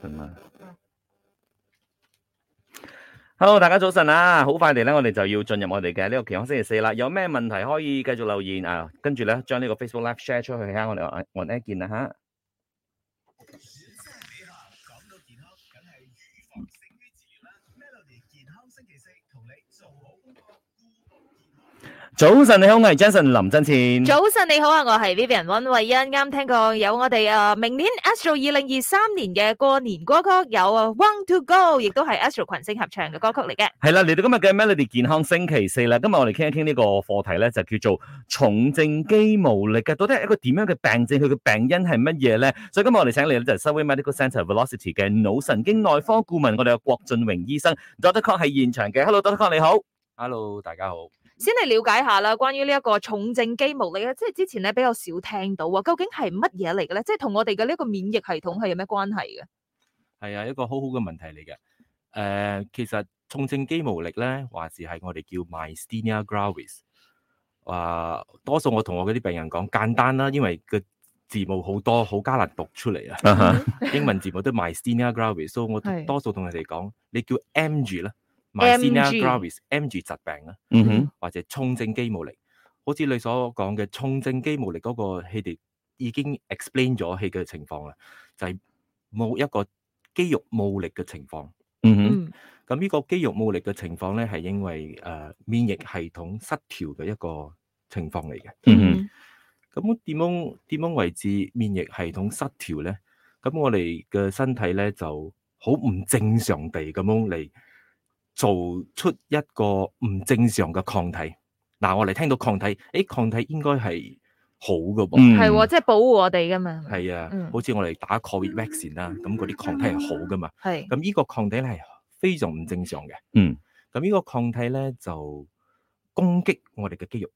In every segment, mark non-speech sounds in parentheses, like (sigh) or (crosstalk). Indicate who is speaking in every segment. Speaker 1: 晨啊！Hello，大家早晨啊！好快地咧，我哋就要進入我哋嘅呢個健康星期四啦。有咩問題可以繼續留言啊？跟住咧，將呢個 Facebook Live share 出去啊！我哋我呢見啦吓。早晨，你好，我係 Jason 林振前。
Speaker 2: 早晨你好啊，我係 Vivian 温慧欣，啱聽過有我哋啊明年 Astro 二零二三年嘅過年歌曲有啊 One to Go，亦都係 Astro 群星合唱嘅歌曲嚟嘅。
Speaker 1: 係啦，嚟到今日嘅 Melody 健康星期四啦。今日我哋傾一傾呢個課題咧，就叫做重症肌無力嘅，到底係一個點樣嘅病症？佢嘅病因係乜嘢咧？所以今日我哋請嚟咧就係 Subway Medical Centre Velocity 嘅腦神經內科顧問，我哋嘅郭俊榮醫生 Doctor Kong 係現場嘅。Hello，Doctor Kong 你好。
Speaker 3: Hello，大家好。
Speaker 2: 先嚟了解下啦，關於呢一個重症肌無力咧，啊即係之前咧比較少聽到啊，究竟係乜嘢嚟嘅咧？即係同我哋嘅呢個免疫系統係有咩關係嘅？
Speaker 3: 係啊，一個好好嘅問題嚟嘅。誒、呃，其實重症肌無力咧，話時係我哋叫 myasthenia gravis。話、呃、多數我同我嗰啲病人講簡單啦，因為個字母好多，好艱難讀出
Speaker 1: (laughs)
Speaker 3: 嚟啊。Uh huh. 英文字母都 myasthenia gravis，所以我多數同佢哋講，你叫 MG 啦。myasthenia gravis MG 疾病啦，嗯哼，或者重症肌無力，好似你所講嘅重症肌無力嗰個，佢哋已經 explain 咗佢嘅情況啦，就係冇一個肌肉冇力嘅情況，嗯哼，咁呢個肌肉冇力嘅情況咧，係因為誒免疫系統失調嘅一個情況嚟嘅，嗯哼，咁點樣點樣為之免疫系統失調咧？咁我哋嘅身體咧就好唔正常地咁樣嚟。做出一個唔正常嘅抗體，嗱、啊、我哋聽到抗體，誒抗體應該係好嘅噃，
Speaker 2: 係喎、嗯，即係保護我哋噶嘛，
Speaker 3: 係啊，嗯、好似我哋打 Covid vaccine 啦，咁嗰啲抗體係好噶嘛，係，咁呢個抗體咧係非常唔正常嘅，嗯，咁呢個抗體咧就攻擊我哋嘅肌肉，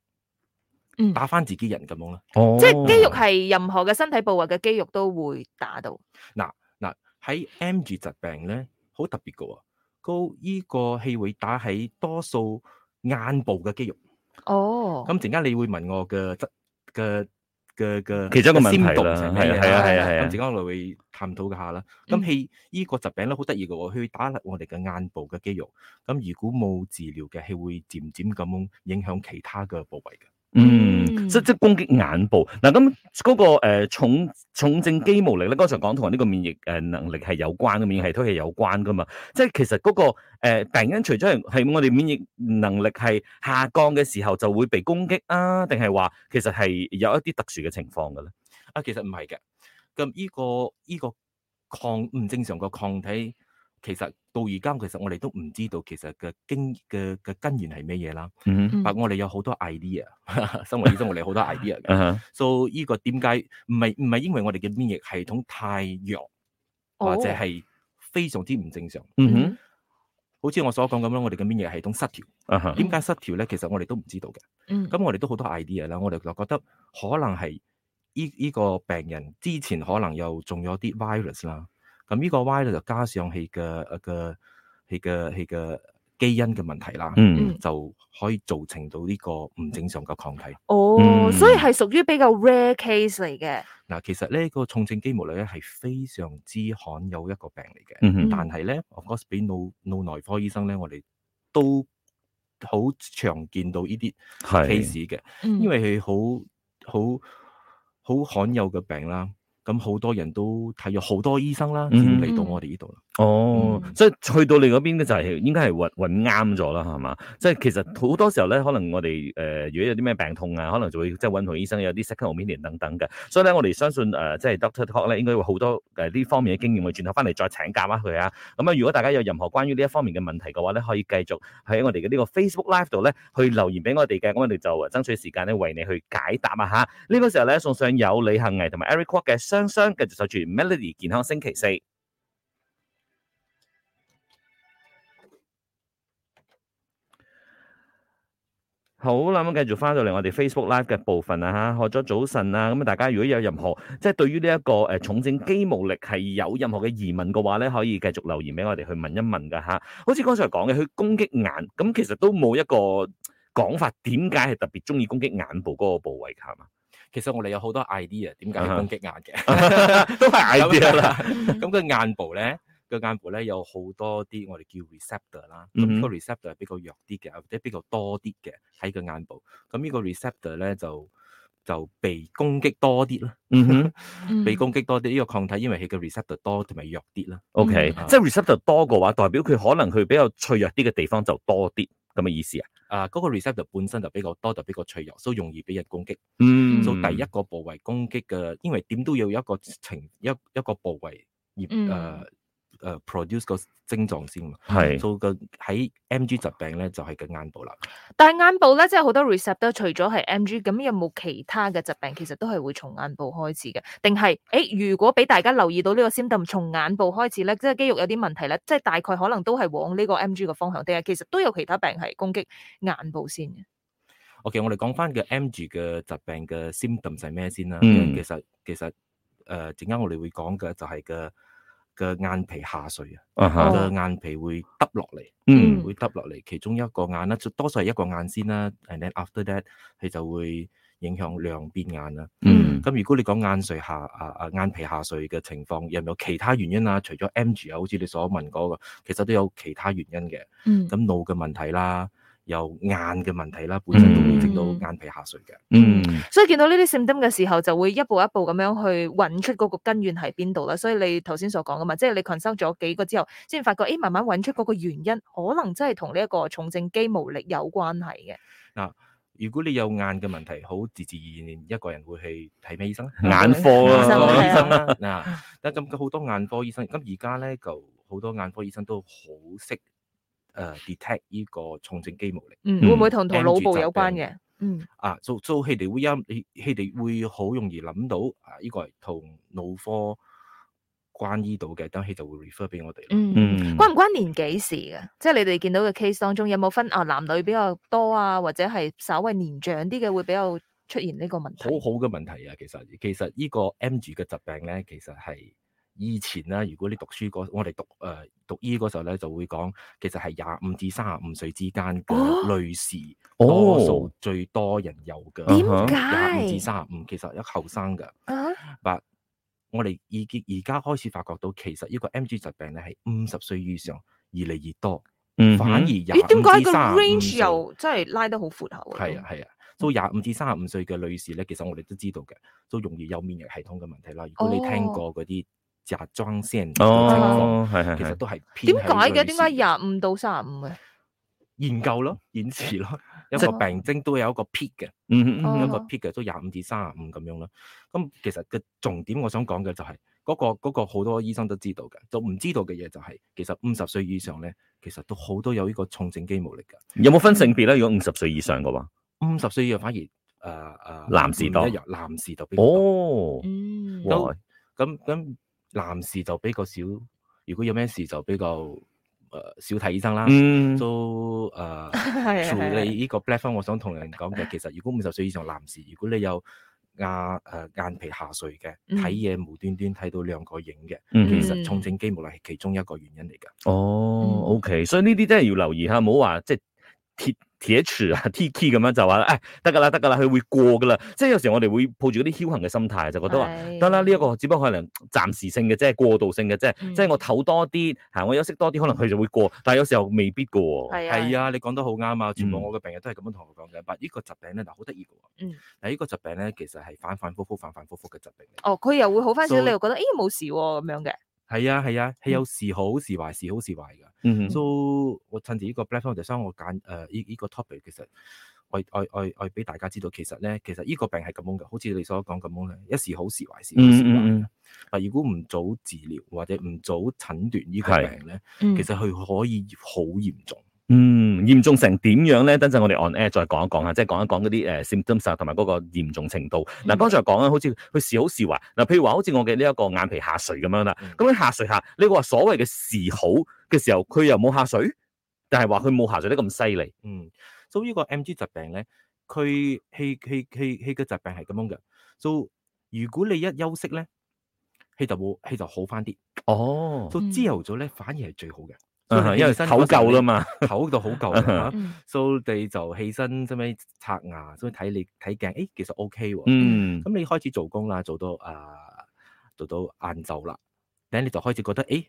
Speaker 3: 嗯，打返自己人咁樣啦，
Speaker 2: 哦，即係肌肉係任何嘅身體部位嘅肌肉都會打到，
Speaker 3: 嗱嗱喺 MG 疾病咧好特別嘅喎。高依個氣會打喺多數眼部嘅肌肉。哦。咁陣間你會問我嘅質嘅嘅嘅
Speaker 1: 其中一個問題啦，係啊係啊係啊。
Speaker 3: 咁陣間我哋會探討下啦。咁氣依個疾病咧好得意嘅喎，佢打我哋嘅眼部嘅肌肉。咁如果冇治療嘅，佢會漸漸咁樣影響其他嘅部位嘅。
Speaker 1: 嗯，即即攻擊眼部嗱，咁嗰個誒重重症肌無力咧，剛才講同呢個免疫誒能力係有關嘅，免疫系統係有關噶嘛。即係其實嗰個呃誒病因，除咗係係我哋免疫能力係下降嘅時候就會被攻擊啊，定係話其實係有一啲特殊嘅情況嘅咧？
Speaker 3: 啊，其實唔係嘅。咁呢個呢個抗唔正常個抗體，其實到而家其實我哋都唔知道其實嘅經嘅嘅根源係咩嘢啦。嗯、mm，hmm. 但我哋有好多 idea，生 (laughs) 活醫生我哋 (laughs) 好多 idea
Speaker 1: 嗯
Speaker 3: 嘅。所以呢個點解唔係唔係因為我哋嘅免疫系統太弱，oh. 或者係非常之唔正常。嗯哼、mm，hmm. 好似我所講咁樣，我哋嘅免疫系統失
Speaker 1: 啊
Speaker 3: 調。點解、uh huh. 失調咧？其實我哋都唔知道嘅。嗯、mm，咁、hmm. 我哋都好多 idea 啦。我哋就覺得可能係呢呢個病人之前可能又中咗啲 virus 啦。咁呢個 Y 咧就加上佢嘅呃嘅佢嘅佢嘅基因嘅問題啦，嗯、就可以造成到呢個唔正常嘅抗體。
Speaker 2: 哦，嗯、所以係屬於比較 rare case 嚟嘅。
Speaker 3: 嗱，其實呢個重症肌無力咧係非常之罕有一個病嚟嘅，
Speaker 1: 啊
Speaker 3: 嗯、但係咧，of course 俾腦腦內科醫生咧，我哋都好常見到呢啲 case 嘅，
Speaker 1: 嗯
Speaker 3: 因為佢好好好罕有嘅病啦。咁好多人都睇咗好多醫生啦，
Speaker 1: 嗯
Speaker 3: 先嚟到我哋呢度啦。
Speaker 1: 哦，
Speaker 3: 嗯
Speaker 1: 即係去到你嗰邊嘅就係應該係揾揾啱咗啦，係嘛？即係其實好多時候咧，可能我哋誒、呃、如果有啲咩病痛啊，可能就會即係揾同醫生有啲 second opinion 等等嘅。所以咧，我哋相信誒、呃，即係 Doctor Talk 咧，應該會好多誒呢方面嘅經驗，我轉頭翻嚟再請教下佢啊。咁啊，如果大家有任何關於呢一方面嘅問題嘅話咧，可以繼續喺我哋嘅呢個 Facebook Live 度咧去留言俾我哋嘅，咁我哋就爭取時間咧為你去解答啊嚇。呢、這個時候咧送上有李幸倪同埋 Eric Kwok 嘅《雙雙》，繼續守住 Melody 健康星期四。好啦，咁繼續翻到嚟我哋 Facebook Live 嘅部分啊嚇，學咗早晨啊，咁大家如果有任何即係對於呢一個誒重症肌無力係有任何嘅疑問嘅話咧，可以繼續留言俾我哋去問一問噶嚇。好似剛才講嘅，佢攻擊眼，咁其實都冇一個講法，點解係特別中意攻擊眼部嗰個部位㗎嘛？
Speaker 3: 其實我哋有好多 idea 點解
Speaker 1: 啊
Speaker 3: 去
Speaker 1: 哈
Speaker 3: 攻擊眼嘅。
Speaker 1: 都係 idea 啦。
Speaker 3: 咁個眼部咧，個眼部咧有好多啲我哋叫 receptor 啦。
Speaker 1: 嗯哼
Speaker 3: 咁個 receptor 係比較弱啲嘅，或者比較多啲嘅喺個眼部。咁呢個 receptor 咧就就被攻擊多啲啦，
Speaker 1: 嗯哼
Speaker 3: 被攻擊多啲。呢個抗體因為佢嘅 receptor 多同埋弱啲啦。
Speaker 1: ，OK，
Speaker 3: 嗯
Speaker 1: 即係 receptor 多嘅話，代表佢可能佢比較脆弱啲嘅地方就多啲咁嘅意思啊。
Speaker 3: 啊，嗰個 receptor 本身就比較多，就比較脆弱，所以容易俾人攻擊。
Speaker 1: 嗯
Speaker 3: 做第一個部位攻擊嘅，因為點都要有一個情一一個部位而
Speaker 2: 嗯
Speaker 3: 誒誒 produce 個症狀先嘛。
Speaker 1: 係
Speaker 3: 做個喺 MG 疾病咧就係個眼部啦。
Speaker 2: 但係眼部咧，即係好多 receptor，除咗係 MG，咁有冇其他嘅疾病其實都係會從眼部開始嘅？定係誒？如果俾大家留意到呢個 symptom 從眼部開始咧，即係肌肉有啲問題咧，即係大概可能都係往呢個 MG 嘅方向，定係其實都有其他病係攻擊眼部先嘅？
Speaker 3: OK，我哋講翻嘅 MG 嘅疾病嘅 symptom 係咩先啦？
Speaker 1: 嗯
Speaker 3: 其實其實誒陣間我哋會講嘅就係嘅嘅眼皮下垂啊，
Speaker 1: 啊
Speaker 3: 個、
Speaker 1: 哈，
Speaker 2: 哦
Speaker 3: 眼皮會耷落嚟。
Speaker 1: 嗯
Speaker 3: 會耷落嚟，其中一個眼啦，多數係一個眼先啦，and then after that 佢就會影響兩邊眼啦。
Speaker 1: 嗯
Speaker 3: 咁如果你講眼垂下啊啊眼皮下垂嘅情況，有冇其他原因啊？除咗 MG 啊，好似你所問嗰、個，其實都有其他原因嘅。
Speaker 2: 嗯
Speaker 3: 咁腦嘅問題啦，有眼嘅問題啦，本身都會整到
Speaker 2: 嗯
Speaker 3: 眼皮下垂嘅。
Speaker 1: 嗯
Speaker 2: 所以見到呢啲 symptom 嘅時候，就會一步一步咁樣去揾出嗰個根源喺邊度啦。所以你頭先所講噶嘛，即係你 consult 咗幾個之後，先發覺誒，慢慢揾出嗰個原因，可能真係同呢一個重症肌無力有關係嘅。
Speaker 3: 如果你有眼嘅問題，好自自然然一個人會去睇咩醫生啊？
Speaker 1: 眼科
Speaker 2: 醫生
Speaker 1: 啊
Speaker 2: 係。
Speaker 3: 啦，嗱，但咁咁好多眼科醫生，咁而家咧就好多眼科醫生都好識誒 detect 呢個重症肌無力
Speaker 2: 嗯，
Speaker 1: 嗯
Speaker 2: 會唔會同同
Speaker 3: Andrew
Speaker 2: 腦部有
Speaker 3: 疾病
Speaker 2: 關嘅？嗯
Speaker 3: 啊，所所以佢哋會因佢哋會好容易諗到啊，呢個係同腦科關醫到嘅，等佢就會 refer 俾我哋啦。
Speaker 2: 嗯。
Speaker 1: 嗯
Speaker 2: 關唔關年紀事嘅？即係你哋見到嘅 case 當中，有冇分啊男女比較多啊，或者係稍為年長啲嘅會比較出現呢個問
Speaker 3: 好
Speaker 2: 題？
Speaker 3: 好嘅問題啊，其實其實呢個 MG 嘅疾病咧，其實係以前啦，如果你讀書嗰我哋讀誒、呃、讀醫嗰時候咧，就會講其實係廿五至三十五歲之間
Speaker 2: 哦
Speaker 3: 嘅女士。多
Speaker 1: 哦
Speaker 3: 數，最多人有嘅，
Speaker 1: 點
Speaker 3: 廿五至
Speaker 2: 解
Speaker 3: 三十五，其實一後生嘅。
Speaker 2: 啊？
Speaker 3: 但我哋已經而家開始發覺到，其實呢個 MG 疾病咧係五十歲以上越嚟越多，
Speaker 1: 嗯
Speaker 3: 反而
Speaker 1: 哼
Speaker 3: 廿
Speaker 2: 咦？點解
Speaker 3: 五
Speaker 2: 個
Speaker 3: 至三
Speaker 2: range 又真係拉得好闊口啊？
Speaker 3: 係啊係啊，所以廿五至三十五歲嘅女士咧，其實我哋都知道嘅，都容易有免疫系統嘅問題啦。如果你聽
Speaker 2: 哦
Speaker 3: 過嗰啲甲狀腺嘅情況，
Speaker 1: 哦，係係
Speaker 3: 其實
Speaker 1: 係，
Speaker 3: 都係偏
Speaker 2: 點解
Speaker 3: 向
Speaker 2: 嘅？
Speaker 3: 女
Speaker 2: 點
Speaker 3: 士
Speaker 2: 解廿五到三十五嘅？
Speaker 3: 研究咯、顯
Speaker 2: (laughs)
Speaker 3: 示咯，一
Speaker 2: 即
Speaker 3: 個病徵都有一個 peak 嘅。
Speaker 1: 嗯
Speaker 2: 哦
Speaker 1: 嗯
Speaker 3: 一個 peak 嘅都廿五至三十五咁樣啦。咁其實嘅重點，我想講嘅就係、嗰、個嗰、個好多醫生都知道嘅，就唔知道嘅嘢就係、其實五十歲以上咧，其實都好多有呢個重症肌無力嘅。
Speaker 1: 有冇分性別咧？如果五十歲以上嘅話，
Speaker 3: 五十歲以上反而誒誒、呃呃
Speaker 1: 男士多
Speaker 3: 唔一樣，男士就比較多。
Speaker 1: 哦，
Speaker 2: 嗯
Speaker 3: 都
Speaker 1: 哇
Speaker 3: 咁咁、男士就比較少，如果有咩事就比較誒、呃少睇醫生啦，
Speaker 1: 嗯，
Speaker 3: 都誒。
Speaker 1: (laughs)
Speaker 3: 呃
Speaker 2: 係
Speaker 3: 處
Speaker 2: 啊係啊
Speaker 3: 理呢個 platform，我想同人講嘅，其實如果五十歲以上男士，如果你有眼誒眼皮下垂嘅，
Speaker 2: 嗯
Speaker 3: 睇嘢無端端睇到兩個影嘅，
Speaker 1: 嗯
Speaker 3: 其
Speaker 2: 嗯
Speaker 3: 實重症肌無力係其中一個原因嚟㗎。
Speaker 1: 哦，OK，所以呢啲真係要留意下，唔好話即係鐵鐵柱啊、 (laughs) 鐵 key 咁樣就話，誒得㗎啦，得㗎啦，佢會過㗎啦。即係有時我哋會抱住嗰啲僥倖嘅心態，就覺得話
Speaker 2: 係
Speaker 1: 得啦，呢一個只不過可能暫時性嘅啫，過渡性嘅啫，
Speaker 2: 嗯
Speaker 1: 即係我唞多啲，嚇我休息多啲，可能佢就會過，但係有時候未必㗎喎。
Speaker 2: 係啊
Speaker 3: 係啊，你講得好啱啊！全部
Speaker 1: 嗯
Speaker 3: 我嘅病人都係咁樣同我講嘅。但呢個疾病咧，嗱好得意㗎喎。
Speaker 2: 嗯。
Speaker 3: 但呢個疾病咧，其實係反反覆覆、反反覆覆嘅疾病嚟。
Speaker 2: 哦，佢又會好翻少，
Speaker 3: So-
Speaker 2: 你又覺得誒冇事喎咁樣嘅。
Speaker 3: 係啊係啊，係有時好時壞，時好時壞㗎。
Speaker 1: 嗯哼，
Speaker 3: So 我趁住呢個 platform 就想我揀誒依依個 topic，其實我我我我俾大家知道，其實咧其實呢個病係咁樣嘅，好似你所講咁樣咧，一時好時壞時好時壞。
Speaker 1: 嗯嗯嗯
Speaker 3: 但如果唔早治療或者唔早診斷呢個
Speaker 1: 係
Speaker 3: 病咧，
Speaker 2: 其
Speaker 3: 其實佢可以好嚴重。
Speaker 1: 嗯，嚴重成點樣咧？等陣我哋 on air 再講一講啊，即係講一講嗰啲誒 symptoms 啊同埋嗰個嚴重程度。嗱、
Speaker 2: 嗯
Speaker 1: 剛才講啊，好似佢時好時壞。嗱，譬如話好似我嘅呢一個眼皮下垂咁樣啦
Speaker 3: 嗯，
Speaker 1: 咁佢下垂下，你話所謂嘅時好嘅時候，佢又冇下垂，但係話佢冇下垂得咁犀利。
Speaker 3: 嗯，所以呢個 MG 疾病咧，佢佢佢佢佢嘅疾病係咁樣嘅。So 如果你一休息咧，佢就冇佢就好翻啲。
Speaker 1: 哦
Speaker 3: So
Speaker 2: 嗯
Speaker 3: 朝頭早咧反而係最好嘅。所以
Speaker 1: 啊
Speaker 3: 起
Speaker 1: 因為
Speaker 3: 身
Speaker 1: 口
Speaker 3: 嗰時候
Speaker 1: 夠啦嘛，啊
Speaker 3: 你，口度好夠啦嚇
Speaker 2: 嗯
Speaker 3: 所以你就起身，使咪刷牙，所以睇你睇鏡，誒其實 OK 喎。
Speaker 1: 嗯，
Speaker 3: 咁你開始做工啦，做到啊、做到晏晝啦，咁你就開始覺得誒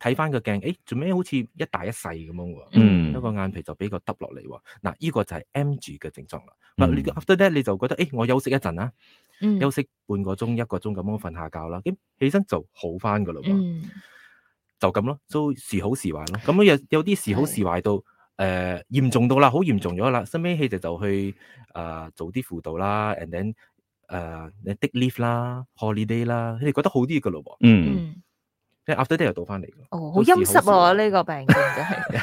Speaker 3: 睇翻個鏡，誒做咩好似一大一細咁樣喎？
Speaker 1: 嗯
Speaker 3: 一個眼皮就俾個耷落嚟喎。嗱，呢個就係 M 住嘅症狀啦。
Speaker 1: 嗯
Speaker 3: 嗱，你 after that 你就覺得誒，我休息一陣啦，
Speaker 2: 嗯
Speaker 1: 啊
Speaker 3: 休息半個鐘一個鐘咁樣瞓下覺啦，咁起身就好翻噶啦喎。
Speaker 2: 嗯
Speaker 3: 就咁咯，都時好時壞咯。咁有有啲時好時壞到誒、呃、嚴重到啦，好嚴重咗啦。後尾佢哋就去誒、呃做啲輔導啦，and then 誒你 take leave 啦，holiday 啦，佢哋覺得好啲噶咯喎。
Speaker 1: 嗯，
Speaker 2: 嗯，
Speaker 3: 即係 after day 又倒翻嚟㗎。
Speaker 2: 哦，好
Speaker 3: 好似
Speaker 2: 陰濕
Speaker 3: 好
Speaker 2: 啊！
Speaker 3: 似
Speaker 2: 呢個病症真
Speaker 1: (laughs)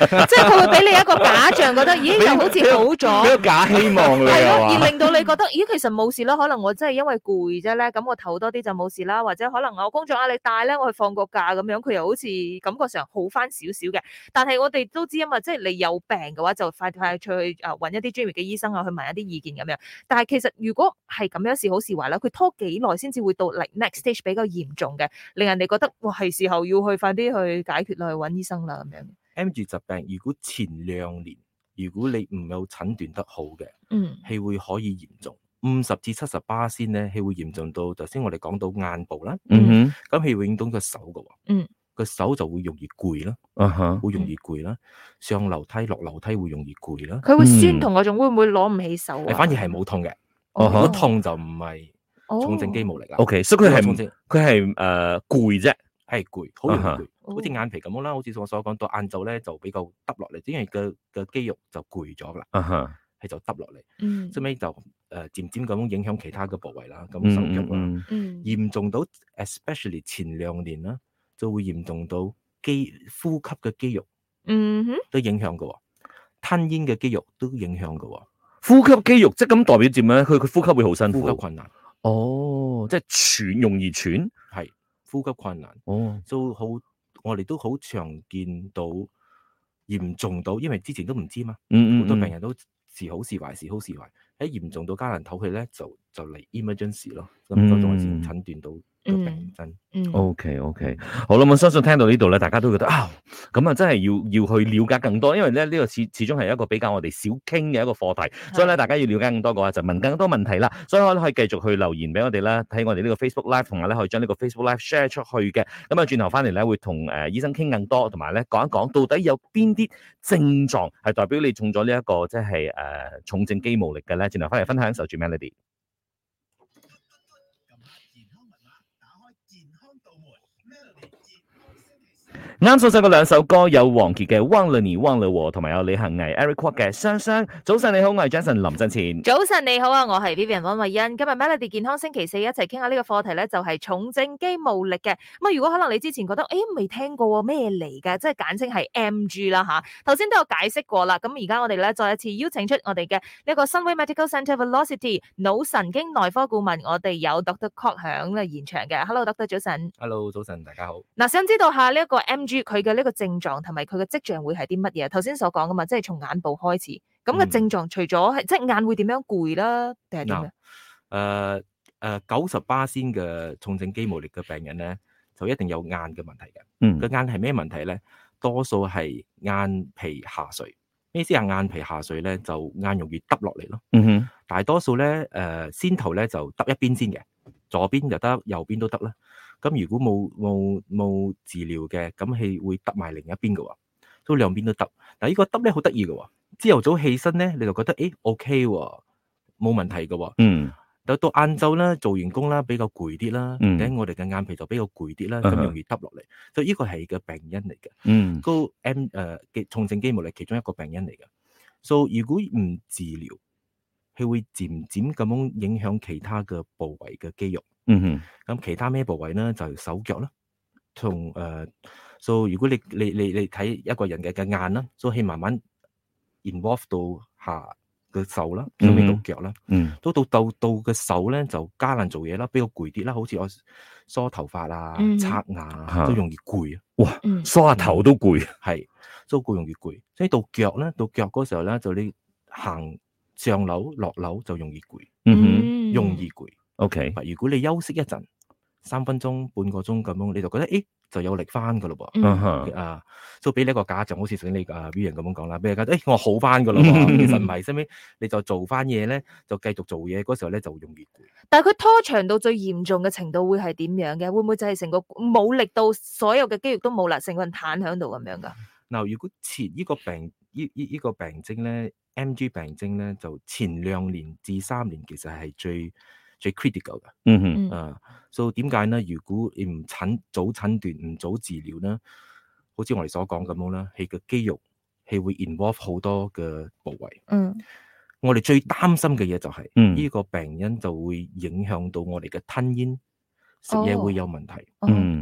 Speaker 2: 係，即係佢會俾你一個假象，覺得咦又好似好咗
Speaker 1: 俾。個假希望你啊
Speaker 2: 係
Speaker 1: 係
Speaker 2: 咯，
Speaker 1: 嘛
Speaker 2: 而？令到你覺得，咦，其實冇事啦，可能我真係因為攰啫咧，咁我唞多啲就冇事啦，或者可能我工作壓力大咧，我去放個假咁樣，佢又好似感覺上好翻少少嘅。但係我哋都知啊嘛，即係你有病嘅話，就快快脆去啊揾一啲專業嘅醫生啊，去問一啲意見咁樣。但係其實如果係咁樣是好是壞啦，佢拖幾耐先至會到嚟 next stage 比較嚴重嘅，令人哋覺得哇係時候要去快啲去解決啦，去揾醫生啦咁樣。
Speaker 3: M 住疾病，如果前兩年如果你唔有診斷得好嘅，
Speaker 2: 嗯
Speaker 3: 係會可以嚴重。五十至七十巴仙咧，係會嚴重到頭先我哋講到眼部啦，
Speaker 1: 嗯
Speaker 3: 咁係會影響個手㗎喎。
Speaker 2: 嗯，
Speaker 3: 個手就會容易攰啦。
Speaker 1: 哼，啊哈，
Speaker 3: 好容易攰啦，上樓梯落樓梯會容易攰啦，
Speaker 2: 佢會
Speaker 1: 嗯
Speaker 2: 酸痛嗰種，會唔會攞唔起手啊？
Speaker 3: 反而係冇痛嘅，
Speaker 1: 哦
Speaker 3: 如
Speaker 1: 啊哈
Speaker 3: 果痛就唔係重症肌
Speaker 2: 哦
Speaker 3: 無力啦。
Speaker 1: ，OK，所以佢
Speaker 3: 因為
Speaker 1: 係
Speaker 3: 重
Speaker 1: 唔
Speaker 3: 症
Speaker 1: 佢係誒攰啫，
Speaker 3: 係攰，好容易
Speaker 1: 啊
Speaker 3: 攰，
Speaker 2: 哦
Speaker 3: 好似眼皮咁樣啦，好似我所講到晏晝咧就比較耷落嚟，因為個個肌肉就攰咗啦，
Speaker 1: 啊哈，
Speaker 3: 係就耷落嚟，
Speaker 2: 嗯
Speaker 3: 最尾就誒漸漸咁樣影響其他嘅部位啦，咁手
Speaker 1: 嗯嗯
Speaker 3: 腳啦，
Speaker 1: 嗯，
Speaker 2: 嗯
Speaker 3: 嚴重到 especially 前兩年啦，就會嚴重到肌呼吸嘅肌肉
Speaker 2: 嗯哼，
Speaker 3: 都影響嘅喎，吞咽嘅肌肉都影響嘅喎，
Speaker 1: 呼吸肌肉即係咁代表點咧？佢佢呼吸會好辛
Speaker 3: 呼吸
Speaker 1: 苦，
Speaker 3: 困難
Speaker 1: 哦，即係喘，容易喘，
Speaker 3: 係呼吸困難。
Speaker 1: 哦，
Speaker 3: 都好，我哋都好常見到嚴重到，因為之前都唔知嘛，
Speaker 1: 嗯嗯，
Speaker 3: 好多
Speaker 1: 嗯
Speaker 3: 病人都時好時壞，時好時壞，喺嚴重到加難唞氣咧，就就嚟 emergency 咯，咁
Speaker 1: 嗯
Speaker 3: 嗰種先診斷到個病真。
Speaker 2: 嗯
Speaker 1: O K O K，好啦，我相信聽到呢度咧，大家都覺得啊，咁啊真係要要去了解更多，因為咧呢個始始終係一個比較我哋少傾嘅一個課題，所以咧大家要了解更多嘅話，就問更多問題啦。所以我哋可以繼續去留言俾我哋啦，睇我哋呢個 Facebook Live，同埋咧可以將呢個 Facebook Live share 出去嘅。咁啊轉頭翻嚟咧會同誒、呃、醫生傾更多，同埋咧講一講到底有邊啲症狀係代表你中咗呢一個即係誒呃重症肌無力嘅咧。轉頭翻嚟分享守住 Melody。啱送上嗰兩首歌有王傑嘅《忘了你忘了我》，同埋有李恒毅 Eric Kwok 嘅《雙雙》。早晨你好，我係 Jason 林振前。
Speaker 2: 早晨你好啊，我係 Vivian 温慧欣。今日 Melody 健康星期四一齊傾下呢個課題咧，就係重症肌無力嘅。咁啊，如果可能你之前覺得誒未聽過喎咩嚟嘅，即係簡稱係 MG 啦吓。頭先都有解釋過啦。咁而家我哋咧再一次邀請出我哋嘅呢個新威 Medical Centre Velocity 腦神經內科顧問，我哋有 Dr. Cock 響嘅現場嘅。Hello，Dr. 早晨。
Speaker 3: Hello，早晨，大家好。
Speaker 2: 嗱，想知道下呢一個 MG 佢嘅呢個症狀同埋佢嘅跡象會係啲乜嘢？頭先所講噶嘛，即係從眼部開始。咁嘅
Speaker 3: 嗯
Speaker 2: 症狀除咗係即係眼會點樣攰啦，定係點樣
Speaker 3: 嗱？，誒誒，九十巴仙嘅重症肌無力嘅病人咧，就一定有眼嘅問題嘅。
Speaker 1: 嗯
Speaker 3: 個眼係咩問題咧？多數係眼皮下垂。咩意思係啊眼皮下垂咧？就眼容易耷落嚟咯。
Speaker 1: 嗯哼，
Speaker 3: 大多數咧，誒、先頭咧就得一邊先嘅，左邊就得，右邊都得啦。咁如果冇冇冇治療嘅，咁係會得埋另一邊嘅喎，都兩邊都得。但係呢個得咧好得意嘅喎，朝頭早起身咧，你就覺得誒 OK 喎，冇問題嘅喎。
Speaker 1: 嗯
Speaker 3: 到到晏晝啦，做完工啦，比較攰啲啦，
Speaker 1: 嗯
Speaker 3: 頂、我哋嘅眼皮就比較攰啲啦，
Speaker 1: 嗯
Speaker 3: 咁
Speaker 1: 哼
Speaker 3: 容易耷落嚟，所以呢個係個病因嚟嘅。
Speaker 1: 嗯
Speaker 3: 高 M 誒、嘅重症肌無力其中一個病因嚟嘅。所、以如果唔治療，佢會漸漸咁樣影響其他嘅部位嘅肌肉。
Speaker 1: 嗯哼，
Speaker 3: 咁其他咩部位咧？就係手腳啦，同誒。所、以如果你你你你睇一個人嘅嘅眼啦，所以慢慢 involve 到下嘅手啦，後尾到
Speaker 1: 嗯
Speaker 3: 腳啦，
Speaker 1: 嗯
Speaker 3: 都到到到嘅手咧就加難做嘢啦，比較攰啲啦，好似我梳頭髮啊、
Speaker 2: 嗯
Speaker 3: 刷牙啊都
Speaker 1: 嚇
Speaker 3: 容易攰啊。
Speaker 2: 嗯
Speaker 1: 梳下頭都攰。
Speaker 3: 係，所以好容易攰。所以到腳咧，到腳嗰時候咧，就你行上樓落樓就容易攰，
Speaker 1: 嗯哼
Speaker 3: 容易攰。
Speaker 1: ，OK，
Speaker 3: 如果你休息一陣，三分鐘、半個鐘咁樣，你就覺得誒就有力翻噶咯噃。
Speaker 1: 嗯
Speaker 2: 嗯
Speaker 1: 哼
Speaker 3: 啊，所以俾你一個假象，好似頭先你啊 V 人咁樣講啦，俾你覺得，誒、我好翻噶啦喎，其實唔係，後尾你就做翻嘢咧，就繼續做嘢，嗰時候咧就容易攰。
Speaker 2: 但係佢拖長到最嚴重嘅程度會係點樣嘅？會唔會就係成個冇力到所有嘅肌肉都冇啦，成個人攤喺度咁樣噶？
Speaker 3: 嗱，如果前呢個病呢呢呢個病徵咧，MG 病徵咧，就前兩年至三年其實係最最 critical 嘅。
Speaker 1: 嗯哼，
Speaker 2: 嗯
Speaker 3: 啊，所以點解咧？如果你唔診早診斷、唔早治療咧，好似我哋所講咁樣啦，佢嘅肌肉係會 involve 好多嘅部位。
Speaker 2: 嗯
Speaker 3: 我哋最擔心嘅嘢就係、
Speaker 1: 嗯
Speaker 3: 呢個病因就會影響到我哋嘅吞咽，食嘢
Speaker 2: 哦
Speaker 3: 會有問題。
Speaker 2: 嗯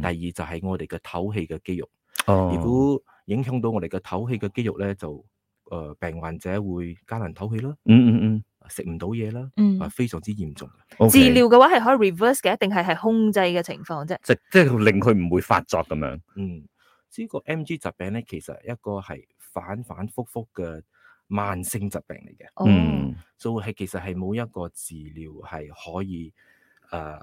Speaker 1: 嗯
Speaker 3: 第二就係我哋嘅唞氣嘅肌肉，
Speaker 1: 哦，
Speaker 3: 哦如果影響到我哋嘅唞氣嘅肌肉咧，就誒、呃病患者會艱難唞氣啦，
Speaker 1: 嗯嗯
Speaker 3: 食唔到嘢啦，
Speaker 2: 嗯
Speaker 3: 啊，非常之嚴重。
Speaker 1: 嗯，
Speaker 2: 治
Speaker 1: OK
Speaker 2: 療嘅話係可以 reverse 嘅，定係係控制嘅情況啫？
Speaker 1: 即即係令佢唔會發作咁樣。
Speaker 3: 嗯，呢個 MG 疾病咧，其實一個係反反覆覆嘅慢性疾病嚟嘅，
Speaker 2: 哦，
Speaker 1: 嗯
Speaker 3: 所以係其實係冇一個治療係可以誒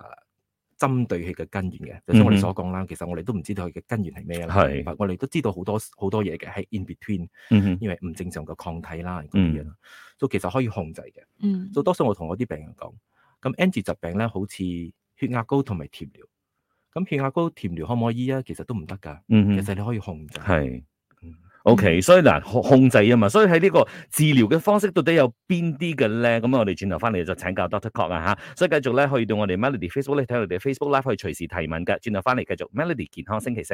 Speaker 3: 針對佢嘅根源嘅。就像我
Speaker 1: 嗯哼
Speaker 3: 哋所講啦，其實我哋都唔知道佢嘅根源係咩啦。
Speaker 1: 係
Speaker 3: 我哋都知道好多好多嘢嘅，係 in between，
Speaker 1: 嗯哼
Speaker 3: 因為唔正常嘅抗體啦嗰啲嘢啦，
Speaker 1: 嗯
Speaker 3: 所以其實可以控制嘅。
Speaker 2: 嗯
Speaker 3: 所以多數我同我啲病人講，咁 NG 疾病咧，好似血壓高同埋甜療。咁血壓高甜療可唔可以醫啊？其實都唔得㗎。
Speaker 1: 嗯哼
Speaker 3: 其。實你可以控制。
Speaker 1: 係
Speaker 3: 嗯
Speaker 1: OK，所以嗱控控制啊嘛，所以喺呢個治療嘅方式到底有邊啲嘅咧？咁啊我哋轉頭翻嚟就請教 Doctor Cock 啊吓，所以繼續咧去到我哋 Melody Facebook 咧睇我哋 Facebook Live 可以隨時提問嘅。轉頭翻嚟繼續 Melody 健康星期四。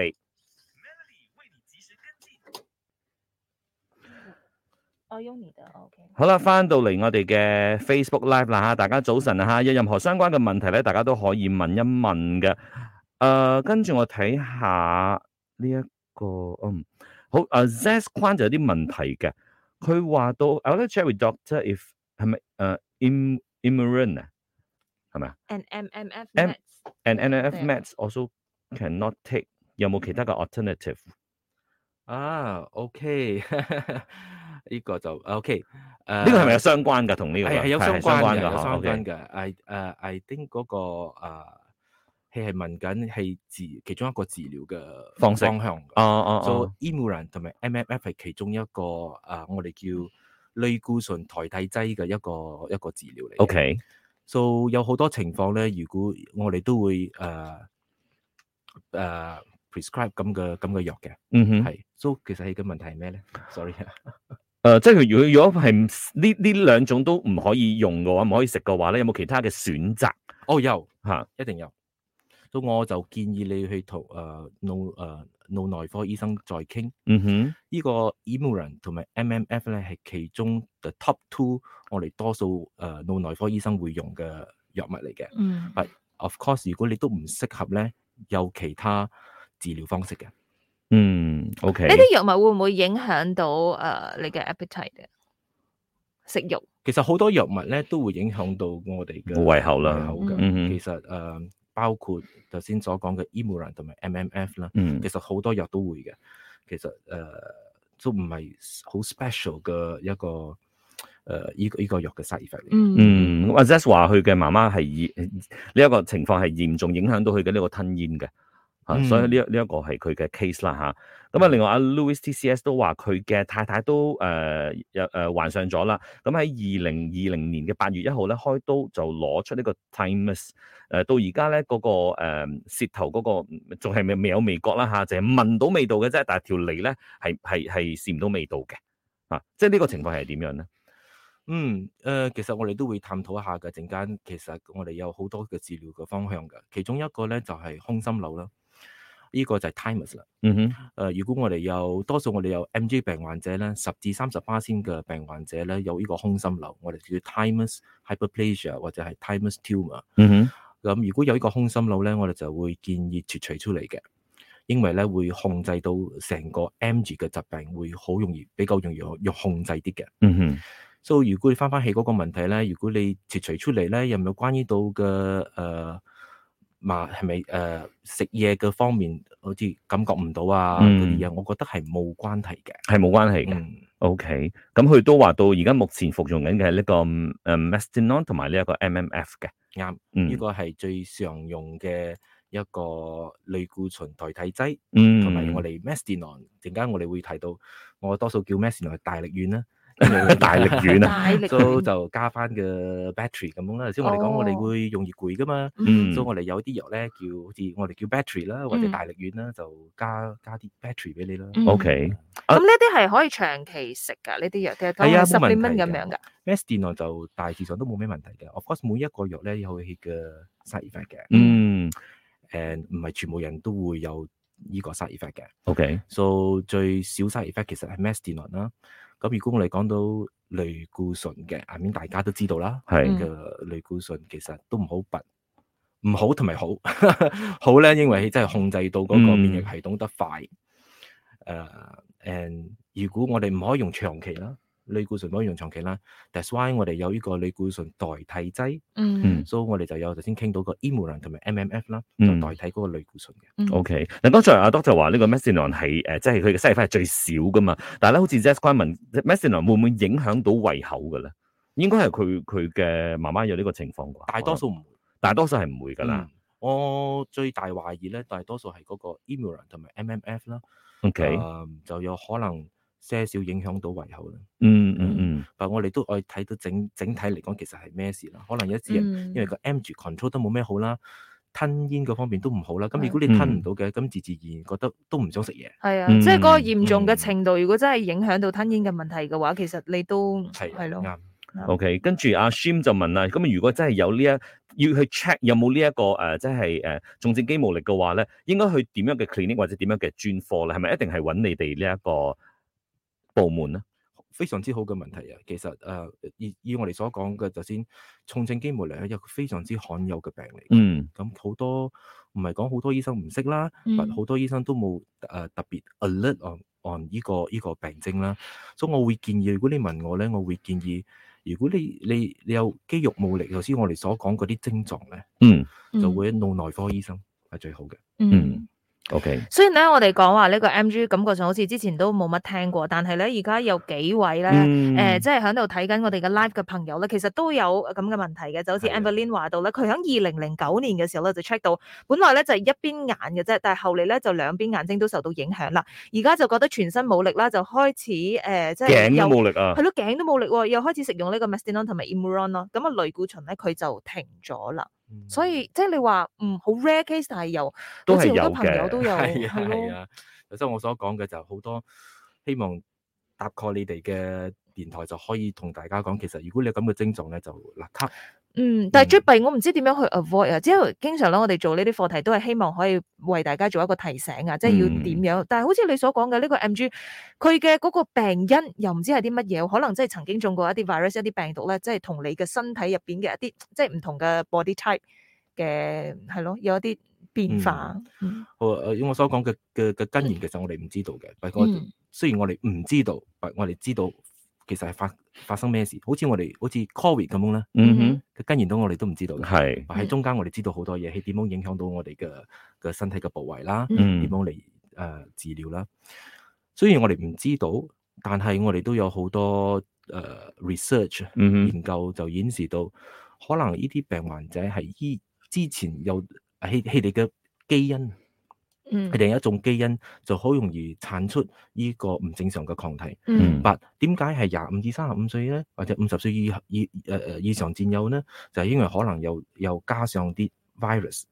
Speaker 2: 我用你哦的 OK。
Speaker 1: 好啦，翻到嚟我哋嘅 Facebook Live 啦吓，大家早晨啊吓，有任何相關嘅問題咧，大家都可以問一問嘅。誒、呃跟住我睇下呢、一個，嗯，好，誒、z e s Quan 就有啲問題嘅，佢話到，I want to check with doctor if 係咪誒 im immurin 啊，係咪啊
Speaker 2: And MMF
Speaker 1: M-
Speaker 2: meds
Speaker 1: ？And NF
Speaker 2: 係
Speaker 1: meds also cannot take，有冇其他嘅 alternative？
Speaker 3: 啊，OK，呢個就 OK。誒
Speaker 1: 呢個係咪有相關㗎？同呢個
Speaker 3: 係係有相關
Speaker 1: 關哦
Speaker 3: 嘅，有相
Speaker 1: 㗎
Speaker 3: 關嘅。I 誒 I think 嗰個誒係係問緊係治其中一個治療嘅
Speaker 1: 方式
Speaker 3: 方向。
Speaker 1: 哦哦
Speaker 3: 所
Speaker 1: 哦，
Speaker 3: 以 i m u r a n 同埋 MMF 係其中一個誒，啊我哋叫類固醇代替劑嘅一個一個治療嚟嘅。
Speaker 1: OK，
Speaker 3: So 有好多情況咧，如果我哋都會誒誒、呃 prescribe 咁嘅咁嘅藥嘅，
Speaker 1: 嗯哼。
Speaker 3: 係。So 其實你嘅問題係咩咧？Sorry (laughs) 啊。
Speaker 1: 誒、呃即係如果如果係唔呢呢兩種都唔可以用嘅話，唔可以食嘅話咧，有冇其他嘅選擇
Speaker 3: 哦，有
Speaker 1: 嚇？
Speaker 3: 一定有。So 我就建議你去同呃誒腦誒腦內科醫生再傾。
Speaker 1: 嗯哼，
Speaker 3: 呢、個 i m u r a n 同埋 MMF 咧係其中 the top two，我哋多數誒腦內科醫生會用嘅藥物嚟嘅。
Speaker 2: 嗯
Speaker 3: Of course，如果你都唔適合咧，有其他治療方式嘅。
Speaker 1: 嗯，OK，
Speaker 2: 呢啲藥物會唔會影響到誒、呃你嘅 appetite 啊食欲？
Speaker 3: 其實好多藥物咧都會影響到我哋嘅
Speaker 1: 胃口啦
Speaker 3: 胃口嘅。
Speaker 1: 嗯
Speaker 3: 其實誒、呃包括頭先所講嘅 i m u r a n 同埋 MMF 啦，
Speaker 1: 嗯
Speaker 3: 其實好多藥都會嘅。其實誒、呃都唔係好 special 嘅一個誒依、個依、個藥嘅 side effect 嚟嘅。
Speaker 1: 嗯，或者話佢嘅媽媽係嚴呢一個情況係嚴重影響到佢嘅呢個吞咽嘅。啊，
Speaker 3: 嗯
Speaker 1: 所以呢一呢一個係佢嘅 case 啦吓，咁啊，另外阿 Louis TCS 都話佢嘅太太都誒有誒患上咗啦。咁喺二零二零年嘅八月一號咧開刀就攞出呢個 timus，誒、到而家咧嗰個誒、呃舌頭嗰、個仲係未未有味覺啦吓，就係、聞到味道嘅啫，但係條脷咧係係係試唔到味道嘅。啊，即係呢個情況係點樣咧？
Speaker 3: 嗯，誒、其實我哋都會探討一下嘅。陣間其實我哋有好多嘅治療嘅方向嘅，其中一個咧就係、空心瘤啦，呢、個就係 timus 啦。
Speaker 1: 嗯哼，
Speaker 3: 誒、呃如果我哋有多數我哋有 MG 病患者咧，十至三十巴仙嘅病患者咧有呢個空心瘤，我哋叫 timus hyperplasia 或者係 timus tumor。
Speaker 1: 嗯哼。
Speaker 3: 咁如果有呢個空心瘤咧，我哋就會建議切除出嚟嘅，因為咧會控制到成個 MG 嘅疾病會好容易比較容易用控制啲嘅。
Speaker 1: 嗯哼，
Speaker 3: 所以如果你翻翻起嗰個問題咧，如果你切除出嚟咧，有冇關於到嘅誒麻係咪誒食嘢嘅方面，好似感覺唔到啊嗰
Speaker 1: 嗯
Speaker 3: 啲嘢，我覺得係冇關係嘅。
Speaker 1: 係冇關係嘅。
Speaker 3: 嗯，
Speaker 1: OK，咁佢都話到而家目前服用緊嘅係呢個誒 Mastinon 同埋呢一個 MMF 嘅。
Speaker 3: 啱，
Speaker 1: 嗯
Speaker 3: 呢個係最常用嘅一個類固醇代替劑，
Speaker 1: 嗯，
Speaker 3: 同埋我哋 Mestinon，陣間我哋會提到，我多數叫 Mestinon 係大力
Speaker 1: (laughs)
Speaker 3: 丸啦，因為
Speaker 1: 大力
Speaker 3: (laughs) 嗯
Speaker 1: 丸啊，
Speaker 2: 大力
Speaker 3: 都就加翻個 battery 咁樣啦。頭先我哋講
Speaker 2: 哦
Speaker 3: 我哋會用熱攰噶嘛，
Speaker 1: 嗯
Speaker 3: 所以我哋有啲藥咧叫好似我哋叫 battery 啦，或者
Speaker 2: 嗯
Speaker 3: 大力丸啦，就加加啲 battery 俾你啦。
Speaker 2: 嗯
Speaker 1: OK
Speaker 2: 咁呢啲係可以長期食㗎，呢啲藥嘅，
Speaker 3: 啊係啊
Speaker 2: 十
Speaker 3: 冇問題
Speaker 2: 幾蚊咁
Speaker 3: 㗎
Speaker 2: 樣㗎。
Speaker 3: Mestinon 就大致上都冇咩問題嘅。Of course 每一個藥咧有佢嘅 side effect 嘅，
Speaker 1: 嗯
Speaker 3: 誒唔係全部人都會有呢個 side effect 嘅。
Speaker 1: ，OK，
Speaker 3: so 最少 side effect 其實係 mestinon 啦。咁如果我哋講到類固醇嘅，下面大家都知道啦。
Speaker 1: 係
Speaker 2: 嗯
Speaker 3: 嘅類固醇其實都唔好拔，唔好同埋好 (laughs) 好咧，因為真係控制到嗰個免疫
Speaker 1: 嗯
Speaker 3: 系統得快。誒、and 如果我哋唔可以用長期啦，類固醇唔可以用長期啦。That's why 我哋有呢個類固醇代替劑，
Speaker 2: 嗯
Speaker 3: 所以我哋就有頭先傾到個 e m u r a n 同埋 MMF 啦，就
Speaker 1: 嗯
Speaker 3: 代替嗰個類固醇嘅。
Speaker 2: 嗯
Speaker 1: O K，嗱剛才阿 Doctor 話呢個 methadone 係誒，即係佢嘅西費係最少噶嘛。但係咧，好似 Jess q u i m a n methadone 會唔會影響到胃口嘅咧？應該係佢佢嘅媽媽有呢個情況啩。
Speaker 3: 大多數唔會。
Speaker 1: 大多數係唔會㗎啦。
Speaker 3: 嗯我最大懷疑咧，大多數係嗰個 e m u r a n 同埋 MMF 啦，
Speaker 1: O K，
Speaker 3: 啊就有可能些少影響到胃口啦。
Speaker 1: 嗯嗯嗯，
Speaker 3: 但我哋都可以睇到整整體嚟講，其實係咩事啦？可能有
Speaker 2: 嗯
Speaker 3: 啲人啊因為個 M G control 都冇咩好啦，吞煙嗰方面都唔好啦。咁如果你
Speaker 1: 嗯
Speaker 3: 吞唔到嘅，咁自自然然覺得都唔想食嘢。
Speaker 2: 係啊，
Speaker 1: 嗯
Speaker 2: 即係嗰個嚴重嘅
Speaker 3: 嗯
Speaker 2: 程度，如果真係影響到吞咽嘅問題嘅話，其實你都
Speaker 3: 係啊
Speaker 2: 係咯，
Speaker 3: 啱。
Speaker 1: O K，跟住阿 Shim 就問啦，咁如果真係有呢一要去 check 有冇呢一個誒、呃即係誒重症肌無力嘅話咧，應該去點樣嘅 clinic 或者點樣嘅專科咧？係咪一定係揾你哋呢一個部門咧？
Speaker 3: 非常之好嘅問題啊！其實誒、呃以以我哋所講嘅，就先重症肌無力係一個非常之罕有嘅病嚟嘅。
Speaker 1: 嗯
Speaker 3: 咁好多唔係講好多醫生唔識啦，
Speaker 2: 嗯
Speaker 3: 但好多醫生都冇誒、呃特別 alert on on 呢、個呢、個病徵啦。所以我會建議，如果你問我咧，我會建議，如果你你你有肌肉冇力，頭先我哋所講嗰啲症狀咧，
Speaker 1: 嗯
Speaker 2: 嗯
Speaker 3: 就會腦內科醫生係最好嘅。
Speaker 1: 嗯。，O K，
Speaker 2: 雖然咧，我哋講話呢個 MG 感覺上好似之前都冇乜聽過，但係咧而家有幾位咧。誒、
Speaker 1: 誒
Speaker 2: 呃即係喺度睇緊我哋嘅 live 嘅朋友咧，其實都有呃咁嘅問題嘅，就好似
Speaker 3: 係啊
Speaker 2: Evelyn 話到咧，佢喺二零零九年嘅時候咧就 check 到，本來咧就係一邊眼嘅啫，但係後嚟咧就兩邊眼睛都受到影響啦，而家就覺得全身冇力啦，就開始誒、呃即係
Speaker 1: 頸
Speaker 2: 有
Speaker 1: 都冇力啊
Speaker 2: 係！咯，頸都冇力喎，又開始食用呢個 Mestinon 同埋 i m u r o n 咯，咁啊類固醇咧佢就停咗啦，
Speaker 3: 嗯
Speaker 2: 所
Speaker 3: (laughs)
Speaker 2: 以即係你話嗯好 rare case，但係又
Speaker 1: 都
Speaker 2: 好似
Speaker 1: 係有
Speaker 2: 好多朋友
Speaker 1: 嘅，
Speaker 2: 都有
Speaker 3: 係啊
Speaker 2: 係
Speaker 3: 係
Speaker 2: 咯，
Speaker 3: 啊，頭先我所講嘅就好多希望搭蓋你哋嘅電台就可以同大家講，其實如果你有咁嘅症狀咧，就立刻。
Speaker 2: 嗯，但係最
Speaker 3: 嗯
Speaker 2: 弊我唔知點樣去 avoid 啊，即係經常咧我哋做呢啲課題都係希望可以為大家做一個提醒啊，即係要點樣，但係好似你所講嘅呢個 MG，佢嘅嗰個病因又唔知係啲乜嘢，可能即係曾經中過一啲 virus 一啲病毒咧，即係同你嘅身體入邊嘅一啲即係唔同嘅 body type 嘅係咯，有一啲變化，嗯
Speaker 3: 好誒，因為我所講嘅嘅嘅根源，其實我哋唔知道嘅。但係我
Speaker 2: 嗯
Speaker 3: 雖然我哋唔知道，但我哋知道其實係發發生咩事。好似我哋好似 Covid 咁樣咧，
Speaker 1: 嗯
Speaker 3: 嘅根源都我哋都唔知道
Speaker 1: 哼，
Speaker 3: 嘅。
Speaker 1: 係，
Speaker 3: 但喺中間我哋知道好多嘢，係點樣影響到我哋嘅嘅身體嘅部位啦，點
Speaker 1: 嗯
Speaker 3: 樣嚟誒治療啦。雖然我哋唔知道，但係我哋都有好多誒 research
Speaker 1: 嗯哼，
Speaker 3: 研究就顯示到，可能呢啲病患者係依之前有係佢哋嘅基因。
Speaker 2: 嗯
Speaker 3: 佢哋有一種基因就好容易產出呢個唔正常嘅抗體。
Speaker 1: 嗯
Speaker 3: 但點解係廿五至三十五歲咧，或者五十歲以以誒誒以上佔有咧？就係、因為可能又又加上啲 virus，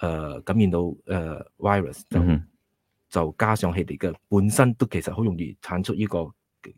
Speaker 3: 誒、感染到誒、呃 virus 就、
Speaker 1: 嗯哼
Speaker 3: 就加上佢哋嘅本身都其實好容易產出呢、個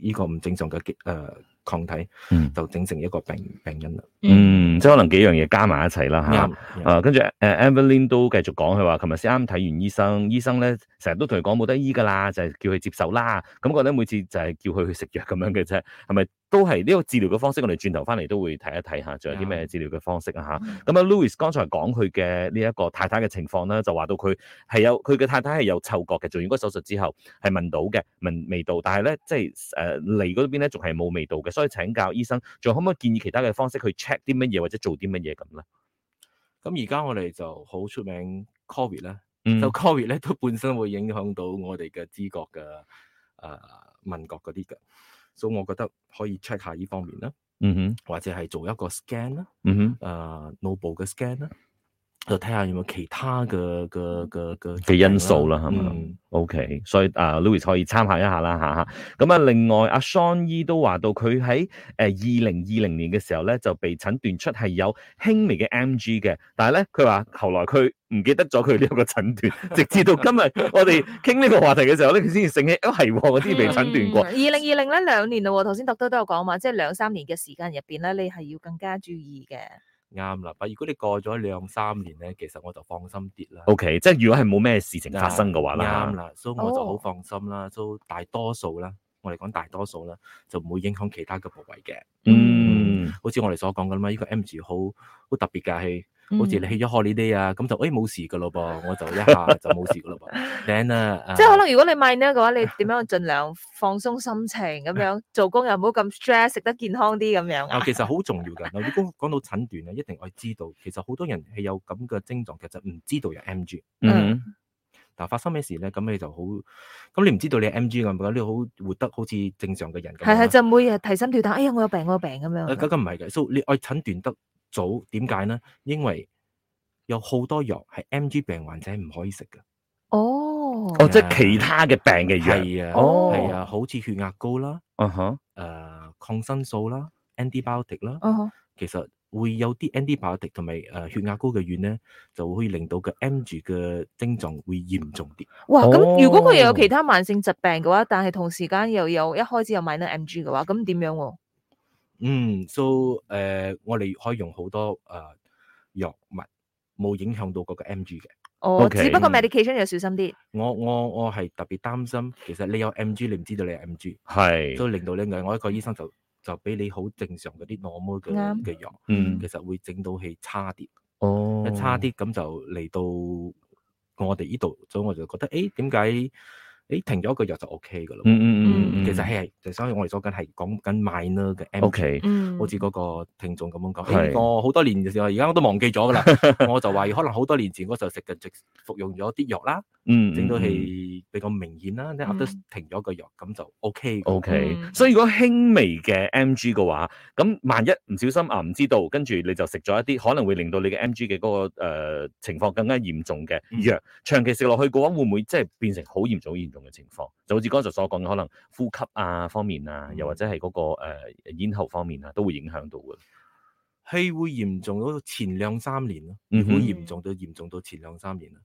Speaker 3: 呢、個唔正常嘅誒、呃抗體，
Speaker 1: 嗯
Speaker 3: 就整成一個病病因啦。
Speaker 1: 嗯，即係可能幾樣嘢加埋一齊啦嚇。
Speaker 3: 啱、啱
Speaker 1: 啊，跟住誒 Evelyn 都繼續講，佢話琴日先啱睇完醫生，醫生咧成日都同佢講冇得醫㗎啦，就係、叫佢接受啦。咁覺得每次就係叫佢去食藥咁樣嘅啫，係咪都係呢個治療嘅方式？我哋轉頭翻嚟都會睇一睇下，仲有啲咩治療嘅方式啊嚇。咁啊，Louis 剛才講佢嘅呢一個太太嘅情況咧，就話到佢係有佢嘅太太係有嗅覺嘅，做完嗰個手術之後係聞到嘅聞味道，但係咧即係誒嚟嗰邊咧仲係冇味道嘅，所以請教醫生，仲可唔可以建議其他嘅方式去 check 啲乜嘢或者做啲乜嘢咁咧？
Speaker 3: 咁而家我哋就好出名 Covid 啦。
Speaker 1: 嗯
Speaker 3: 就 Covid 咧都本身會影響到我哋嘅知覺嘅誒、呃敏覺嗰啲嘅，所以我覺得可以 check 下呢方面啦，
Speaker 1: 嗯哼
Speaker 3: 或者係做一個 scan 啦，呃
Speaker 1: 嗯哼。
Speaker 3: 誒、腦部嘅 scan 啦，就睇下有冇其他嘅嘅嘅嘅
Speaker 1: 嘅因素啦係啊嘛
Speaker 3: 嗯
Speaker 1: OK，所以啊，Louis 可以參考一下啦嚇嚇。咁啊，另外阿 Sean 姨都話到佢喺誒呃二零二零年嘅時候咧，就被診斷出係有輕微嘅 MG 嘅，但係咧佢話後來佢唔記得咗佢呢一個診斷，
Speaker 3: (laughs)
Speaker 1: 直至到今日我哋傾呢個話題嘅時候咧，佢先至醒起，哦係喎，我之前被診
Speaker 3: (laughs)
Speaker 1: 斷
Speaker 3: 啊
Speaker 1: 過。
Speaker 2: 二零二零咧兩年咯喎，頭先特都都有講嘛，即係兩三年嘅時間入邊咧，你係要更加注意嘅。
Speaker 3: 啱啦。但如果你過咗兩三年咧，其實我就放心啲啦。
Speaker 1: OK，即係如果係冇咩事情發生嘅話啦
Speaker 3: 啊啱。啦，所以我就好
Speaker 2: 哦
Speaker 3: 放心啦。都大多數啦，我哋講大多數啦，就唔會影響其他嘅部位嘅。
Speaker 1: 嗯，
Speaker 3: 好似我哋所講咁啦，呢、個 M 字好好特別㗎，係
Speaker 2: 嗯
Speaker 3: 好似你去咗 holiday 啊，咁就誒冇事㗎咯噃，我就一下就冇事㗎咯噃。Then 啊，
Speaker 2: 即係可能如果你買呢嘅話，你點樣盡量放鬆心情咁樣，做工又唔好咁 stress，食得健康啲咁樣
Speaker 3: 啊
Speaker 2: 啊，。
Speaker 3: 其實好重要㗎。嗱，如果講到診斷啊咧，一定我知道，其實好多人係有咁嘅症狀，其實唔知道有 M G。
Speaker 1: 嗯
Speaker 3: 但發生咩事咧？咁你就好，咁你唔知道你係 M G 咁，你好活得好似正常嘅人咁樣
Speaker 2: 係
Speaker 3: 啦。
Speaker 2: 係就每日提心吊膽，哎呀我有病我有病咁樣
Speaker 3: 誒，
Speaker 2: 啊。
Speaker 3: 咁咁唔係嘅，所以你愛診斷得早，點解咧？因為有好多藥係 M G 病患者唔可以食嘅，
Speaker 2: 哦，
Speaker 1: 哦，即係其他嘅病嘅藥。
Speaker 3: 啊係啊，
Speaker 1: 哦
Speaker 3: 係啊，好似血壓高啦，
Speaker 1: 啊哈，
Speaker 3: 誒呃抗生素啦，antibiotic 啦，
Speaker 2: 哦，
Speaker 3: 其實會有啲 antibiotic 同埋誒血壓高嘅丸咧，就可以令到個 M G 嘅症狀會嚴重啲。
Speaker 2: 哇！
Speaker 1: 哦
Speaker 2: 咁如果佢又有其他慢性疾病嘅話，但係同時間又有一開始又買呢 MG 嘅話，咁點樣喎？
Speaker 3: 嗯，so 誒、我哋可以用好多誒、呃、藥物，冇影響到嗰個 M G 嘅。
Speaker 2: 哦，
Speaker 1: OK
Speaker 2: 只不過
Speaker 3: 嗯
Speaker 2: medication 要小心啲。
Speaker 3: 我我我係特別擔心，其實你有 M G，你唔知道你有 M G，
Speaker 1: 係，
Speaker 2: 嗯
Speaker 3: 所以令到你我一個醫生就就俾你好正常嗰啲 normal 嘅
Speaker 2: 啱
Speaker 3: 嘅藥，
Speaker 1: 嗯
Speaker 3: 其，實會整到氣差啲，
Speaker 1: 哦
Speaker 3: 一差啲咁就嚟到我哋呢度，所以我就覺得誒點解誒停咗一個藥就 O K 噶啦
Speaker 1: 嗯，嗯嗯嗯，
Speaker 3: 其實係就所以我哋所緊係講緊 minor 嘅 M
Speaker 1: O
Speaker 3: G。
Speaker 1: K。
Speaker 2: 嗯，
Speaker 3: 好似嗰個聽眾咁樣講，
Speaker 1: 係
Speaker 3: 誒我好多年嘅時候，而家我都忘記咗㗎啦。我就話可能好多年前嗰時候食嘅，直服用咗啲藥啦，
Speaker 1: 嗯，
Speaker 3: 整到係比較明顯啦，啲 after
Speaker 2: 嗯
Speaker 3: 停咗個藥咁就 OK 㗎。
Speaker 1: O K，
Speaker 2: 嗯
Speaker 1: 所以如果輕微嘅 M G 嘅話，咁萬一唔小心啊唔知道，跟住你就食咗一啲可能會令到你嘅 M G 嘅嗰、個、呃、情況更加嚴重嘅
Speaker 3: 嗯
Speaker 1: 藥，長期食落去嘅話，會唔會即係變成好嚴重、好嚴重嘅情況？就好似剛才所講嘅，可能呼吸啊方面啊，
Speaker 3: 嗯
Speaker 1: 又或者係嗰、個、呃、咽喉方面啊，都會影響到嘅。
Speaker 3: 係會嚴重到前兩三年咯，
Speaker 1: 嗯
Speaker 3: 如
Speaker 1: 哼
Speaker 3: 果嚴重到嚴重到前兩三年啦。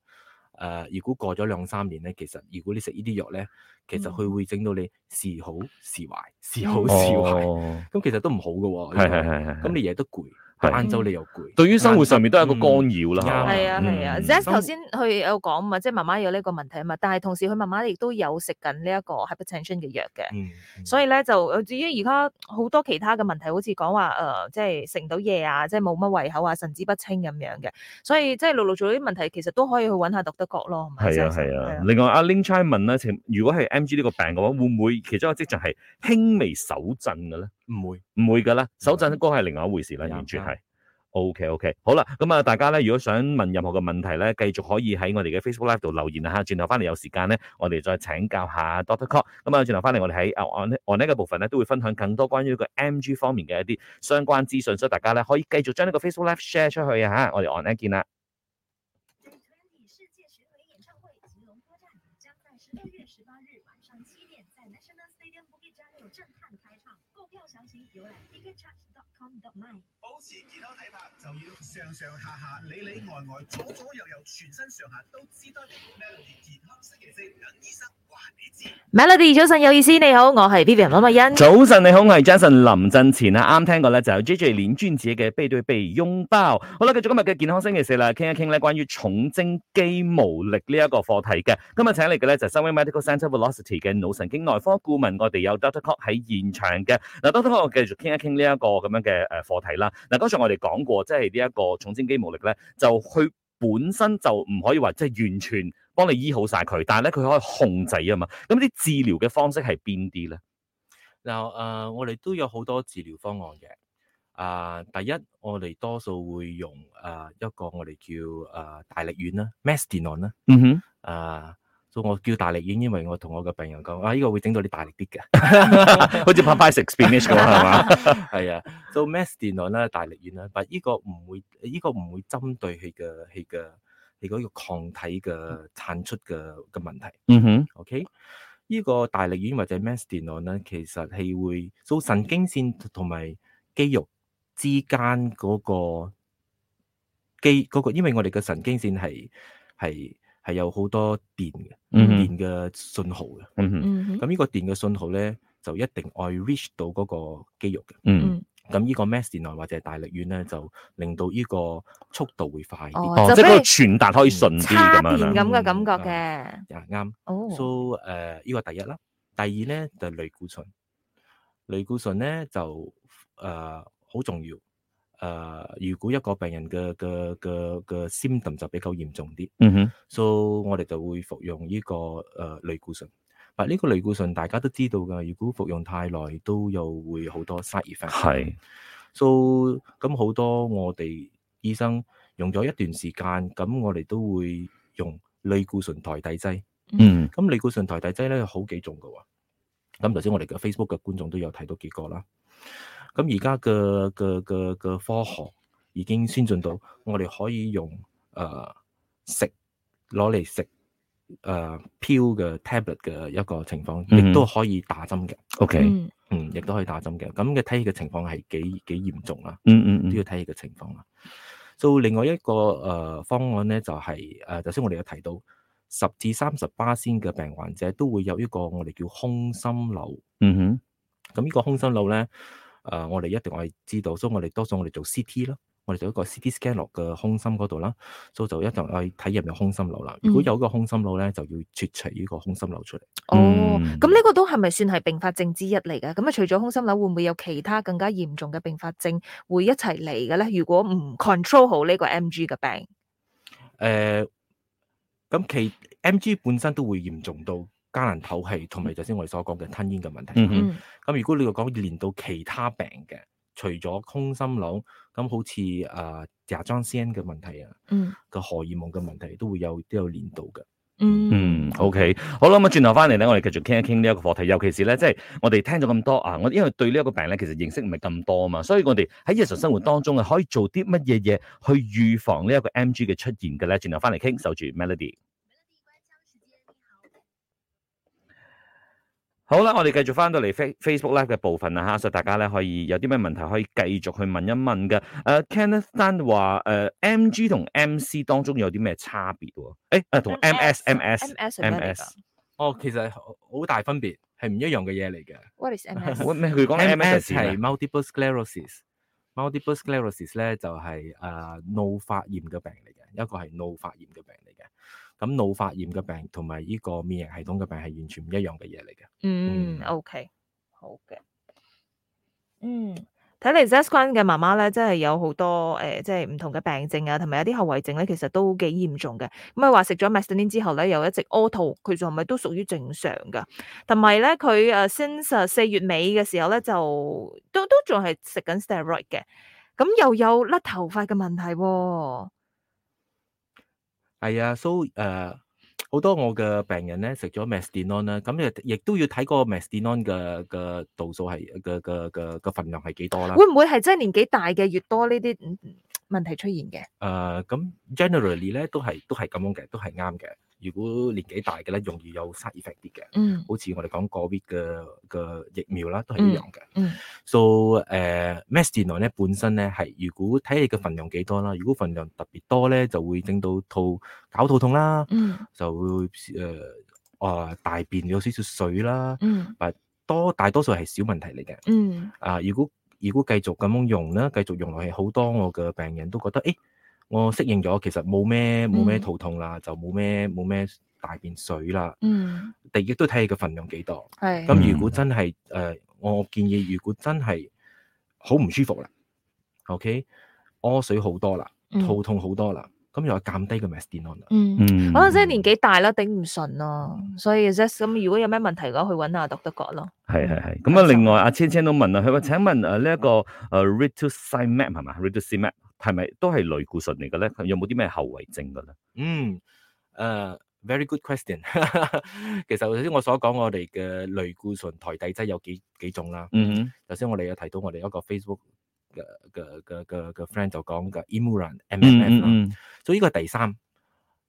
Speaker 3: 誒、如果過咗兩三年咧，其實如果你食呢啲藥咧，其實
Speaker 1: 嗯
Speaker 3: 佢會整到你時好時壞，時好時壞，咁、
Speaker 1: 哦，
Speaker 3: 其實都唔好㗎喎。
Speaker 1: 係係係係。
Speaker 3: 咁你日日都攰，
Speaker 1: 係
Speaker 3: 晏晝你又攰。
Speaker 1: 對於生活上面都係一個干擾啦，
Speaker 3: 嗯
Speaker 1: 係嘛
Speaker 2: 係啊
Speaker 1: 嗯
Speaker 2: 係啊
Speaker 1: 嗯
Speaker 2: ，Zest
Speaker 3: 生
Speaker 2: 頭先佢有講嘛，即係媽媽有呢個問題啊嘛，但係同時佢媽媽亦都有食緊呢一個 hypertension 嘅藥嘅，
Speaker 3: 嗯，嗯
Speaker 2: 所以咧就呃至於而家好多其他嘅問題，好似講話誒，即係食唔到嘢啊，即係冇乜胃口啊，神志不清咁樣嘅，所以即係陸陸續續啲問題，其實都可以去揾下獨德國咯，係咪
Speaker 1: 係啊
Speaker 2: Zest？
Speaker 1: 係
Speaker 2: 係
Speaker 1: 啊，另外阿 Ling Chai 問咧，請如果係 M G 呢個病嘅話，會唔會其中一個跡象係輕微手震嘅咧？
Speaker 3: 唔會。
Speaker 1: 唔會㗎啦，手震歌係另外一回事啦，
Speaker 3: 啱
Speaker 1: 完全係。O K O K，好啦，咁啊，大家咧如果想問任何嘅問題咧，繼續可以喺我哋嘅 Facebook Live 度留言啊嚇。轉頭翻嚟有時間咧，我哋再請教下 Doctor Cock。咁啊，轉頭翻嚟我哋喺啊 on on 呢個部分咧，都會分享更多關於呢個 M G 方面嘅一啲相關資訊，所以大家咧可以繼續將呢個 Facebook Live share 出去啊嚇。我哋 on 呢見啦。
Speaker 4: Twenty 世界巡回演唱会吉隆坡站将在十六月十八日晚上七点在 National Stadium Bukit Jalil 震撼开唱，购票详情浏览 ticketcharge.com.my。
Speaker 5: 保持健康體魄就要上上下下、里里外外、左左右右、全身上下都知多啲。Melody 健康星期四，等醫生話你知。
Speaker 2: Melody 早晨有意思，你好，我係 Vivian 温慧欣。
Speaker 1: 早晨，你好，我係 Jason 林振前啊，啱聽過咧就有 J J 連專子嘅背對背擁抱。好啦，繼續今日嘅健康星期四啦，傾一傾咧關於重症肌無力呢一個課題嘅。今日請嚟嘅咧就係 Sunway Medical Centre Velocity 嘅腦神經內科顧問，我哋有 Doctor Cock 喺現場嘅。嗱，Doctor Cock，我繼續傾一傾呢一個咁樣嘅誒課題啦。嗱，剛才我哋講過，即係呢一個重症肌無力咧，就佢本身就唔可以話即係完全幫你醫好晒佢，但係咧佢可以控制啊嘛。咁啲治療嘅方式係邊啲咧？
Speaker 3: 嗱，誒、我哋都有好多治療方案嘅。啊、第一，我哋多數會用呃誒、一個我哋叫誒、大力丸啦 m a s t i n o n 啦。
Speaker 1: 嗯哼。
Speaker 3: 啊、所以我叫大力丸，因為我同我嘅病人講啊，呢、個會整到你大力啲嘅。 (laughs)
Speaker 1: (laughs) 好似拍拍食 spinach 咁係 (laughs) 嘛？
Speaker 3: 係啊，做 mass 電腦啦、大力丸啦，但呢個唔會，呢、個唔會針對佢嘅佢嘅你嗰個抗體嘅產出嘅嘅問題。
Speaker 1: 嗯哼，
Speaker 3: OK，呢個大力丸或者 mass 電腦咧，其實係會做神經線同埋肌肉之間嗰、個肌嗰、個，因為我哋嘅神經線係係係有好多電嘅
Speaker 1: 嗯哼，
Speaker 3: 電嘅信號嘅，
Speaker 1: 嗯哼，
Speaker 2: 嗯哼
Speaker 3: 咁呢個電嘅信號咧就一定愛 reach 到嗰個肌肉嘅。
Speaker 1: 嗯，
Speaker 3: 咁呢個 mass 電腦或者係大力丸咧，就令到呢個速度會快啲。
Speaker 1: 哦，
Speaker 2: 就
Speaker 1: 即係
Speaker 2: 比
Speaker 1: 嗰
Speaker 2: 如
Speaker 1: 個傳達可以順啲咁
Speaker 2: 叉
Speaker 1: 樣
Speaker 2: 電
Speaker 1: 啦。
Speaker 2: 咁嘅感覺
Speaker 3: 啊啱。
Speaker 2: 嘅，
Speaker 3: So
Speaker 2: 哦，
Speaker 3: 誒、呢個第一啦，第二咧就係類固醇。類固醇咧就誒好、重要。誒、呃如果一個病人嘅嘅嘅嘅 symptom 就比較嚴重啲，
Speaker 1: 嗯哼，
Speaker 3: 所、以我哋就會服用呢、個誒、類固醇。但呢個類固醇大家都知道㗎，如果服用太耐都有會好多 side effect。
Speaker 1: 係，
Speaker 3: So 咁好多我哋醫生用咗一段時間，咁我哋都會用類固醇代替劑。
Speaker 1: 嗯
Speaker 3: 咁類固醇代替劑咧有好幾種嘅喎。咁頭先我哋嘅 Facebook 嘅觀眾都有睇到幾個啦。咁而家嘅嘅嘅嘅科學已經先進到，我哋可以用誒、呃食攞嚟食誒 pill 嘅 tablet 嘅一個情況，
Speaker 1: 嗯
Speaker 3: 亦都可以打針嘅。
Speaker 1: ，OK，嗯
Speaker 2: 嗯
Speaker 3: 嗯，亦都可以打針嘅。咁嘅睇佢嘅情況係幾幾嚴重啊啦。
Speaker 1: 嗯嗯
Speaker 3: 都要睇你嘅情況啦。做另外一個誒、呃方案咧，就係、誒、頭先我哋有提到十至三十巴仙嘅病患者都會有一個我哋叫空心瘤。
Speaker 1: 嗯哼，
Speaker 3: 咁呢個空心瘤咧，誒、我哋一定我哋知道，所以我哋多數我哋做 CT 啦，我哋做一個 CT scan 落嘅胸心嗰度啦，所以就一定我哋睇入面空心瘤啦。如果
Speaker 2: 嗯
Speaker 3: 有一個空心瘤咧，就要切除呢個空心瘤出嚟。
Speaker 2: 哦
Speaker 1: 嗯，
Speaker 2: 咁呢個都係咪算係併發症之一嚟嘅？咁啊，除咗空心瘤，會唔會有其他更加嚴重嘅併發症會一齊嚟嘅咧？如果唔 control 好呢個 MG 嘅病，
Speaker 3: 誒，呃咁其 MG 本身都會嚴重到艱難唞氣，同埋頭先我哋所講嘅吞咽嘅問題。
Speaker 1: 嗯哼
Speaker 2: 嗯
Speaker 3: 咁如果你又講連到其他病嘅，除咗空心瘤，咁好似誒甲狀腺嘅問題啊，
Speaker 2: 嗯
Speaker 3: 個荷爾蒙嘅問題都會有都有連到嘅。
Speaker 2: 嗯
Speaker 1: 嗯，OK，好啦，咁啊，轉頭翻嚟咧，我哋繼續傾一傾呢一個課題，尤其是咧，即係我哋聽咗咁多啊，我因為對呢一個病咧，其實認識唔係咁多啊嘛，所以我哋喺日常生活當中啊，可以做啲乜嘢嘢去預防呢一個 MG 嘅出現嘅咧？轉頭翻嚟傾，守住 Melody。好啦，我哋繼續翻到嚟 Face Facebook Live 嘅部分啦吓，所以大家咧可以有啲咩問題可以繼續去問一問嘅。誒、Kenneth 呃 Tan 話誒 MG 同 MC 當中有啲咩差別喎？誒誒
Speaker 2: 嗯
Speaker 1: 同 MS MS
Speaker 2: MS 係咩嚟
Speaker 1: MS
Speaker 2: 㗎
Speaker 3: 哦，其實好好大分別，係唔一樣嘅嘢嚟嘅。
Speaker 2: (laughs) ？What is MS？
Speaker 1: 喂咩？佢講 MS 係
Speaker 3: 係 multiple sclerosis。multiple sclerosis 咧就係誒腦發炎嘅病嚟嘅，一個係腦發炎嘅病嚟嘅。咁腦發炎嘅病同埋呢個免疫系統嘅病係完全唔一樣嘅嘢嚟嘅。
Speaker 2: 嗯
Speaker 3: 嗯
Speaker 2: ，OK，好嘅。嗯，睇嚟 Zesquan 嘅媽媽咧，真係有好多誒、呃即係唔同嘅病症啊，同埋有啲後遺症咧，其實都幾嚴重嘅。咁啊話食咗 Mestinin 之後咧，又一直屙肚，佢仲係咪都屬於正常噶？同埋咧，佢誒 since 呃四月尾嘅時候咧，就都都仲係食緊 steroid 嘅。咁又有甩頭髮嘅問題喎、啊
Speaker 3: 係啊，so 誒、好多我嘅病人咧食咗 Mestinon 啦，咁亦亦都要睇個 Mestinon 嘅嘅度數係嘅嘅嘅嘅份量係幾多啦。
Speaker 2: 會唔會係真係年紀大嘅越多呢啲嗯問題出現嘅？
Speaker 3: 誒呃咁 generally 咧都係都係咁樣嘅，都係啱嘅。如果年紀大嘅咧，容易有 side effect 啲嘅，
Speaker 2: 嗯
Speaker 3: 好似我哋講個 w 嘅嘅疫苗啦，都係一樣嘅。
Speaker 2: 嗯嗯
Speaker 3: So 誒 m e s t i n 咧本身咧係，如果睇你嘅份量幾多啦，如果份量特別多咧，就會整到肚搞肚痛啦，
Speaker 2: 嗯
Speaker 3: 就會誒啊、大便有少少水啦，
Speaker 2: 嗯
Speaker 3: 多大多數係小問題嚟嘅。
Speaker 2: 嗯
Speaker 3: 啊，如果如果繼續咁樣用咧，繼續用落去，好多我嘅病人都覺得，誒、我適應咗，其實冇咩冇咩
Speaker 2: 嗯
Speaker 3: 肚痛啦，就冇咩冇咩大便水啦。
Speaker 2: 嗯，
Speaker 3: 第亦都睇你嘅份量幾多。
Speaker 2: 係、
Speaker 1: 嗯
Speaker 3: 咁如果真係誒、呃我建議如果真係好唔舒服啦，OK，屙水好多啦，
Speaker 2: 嗯
Speaker 3: 肚痛好多啦，咁又減低個 mestinon 啦。
Speaker 2: 嗯，
Speaker 1: 嗯
Speaker 2: 可能真係年紀大啦，頂唔順咯，
Speaker 3: 嗯
Speaker 2: 所以 just 咁，如果有咩問題嘅話，去揾阿 d 德國咯。
Speaker 1: 係係係。咁啊，另外阿千千都問啦，佢話請問誒呢一個誒 r i t u s i m a p 係嘛 r i t u s i m a p 係咪都係類固醇嚟嘅咧？有冇啲咩後遺症嘅咧？
Speaker 3: 嗯，誒、ờ, Very good question 。 (laughs) 其實頭先我所講，我哋嘅類固醇台底劑有幾幾種啦。
Speaker 1: 嗯
Speaker 3: 頭先我哋有提到我哋一個 Facebook ờ, 嘅嘅嘅嘅嘅 friend 就講嘅 Imuran
Speaker 1: 哼，嗯
Speaker 3: MMF
Speaker 1: 嗯
Speaker 3: 啦。
Speaker 1: 嗯，
Speaker 3: 所以呢個第三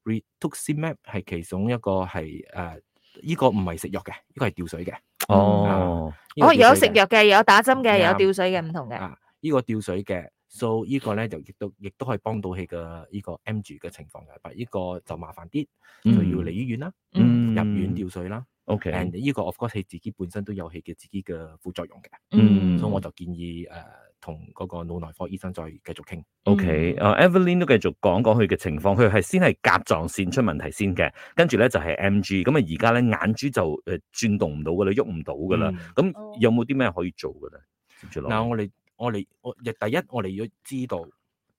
Speaker 3: rituximab 係其中一個係誒，依、個唔係食藥嘅，呢、個係吊水嘅。
Speaker 1: 哦，
Speaker 3: 呢個
Speaker 2: 哦，有
Speaker 3: 吊
Speaker 2: 食
Speaker 3: 水嘅嗯
Speaker 2: 藥嘅，有打針嘅，有
Speaker 3: 啱
Speaker 2: 吊水嘅，唔同嘅。
Speaker 3: 啊，呢、個吊水嘅，so 呢個咧就亦都亦都可以幫到佢嘅呢個 M 住嘅情況嘅，但呢個就麻煩啲，就
Speaker 1: 嗯
Speaker 3: 啊要嚟醫院啦，
Speaker 2: 嗯
Speaker 3: 入院吊水啦
Speaker 1: ，OK，
Speaker 3: ，and 呢個 of course 佢自己本身都有佢嘅自己嘅副作用嘅，
Speaker 1: 嗯
Speaker 3: 所以我就建議誒同嗰個腦內科醫生再繼續傾。
Speaker 1: OK，啊 Evelyn 都繼續講講佢嘅情況，佢係先係甲狀腺出問題先嘅，跟住咧就係 MG，咁啊而家咧眼珠就誒轉動唔到噶啦，喐唔到噶啦，
Speaker 3: 嗯
Speaker 1: 咁、有冇啲咩可以做噶咧？接住落嚟
Speaker 3: 嗱，我哋我哋我第一，我哋要知道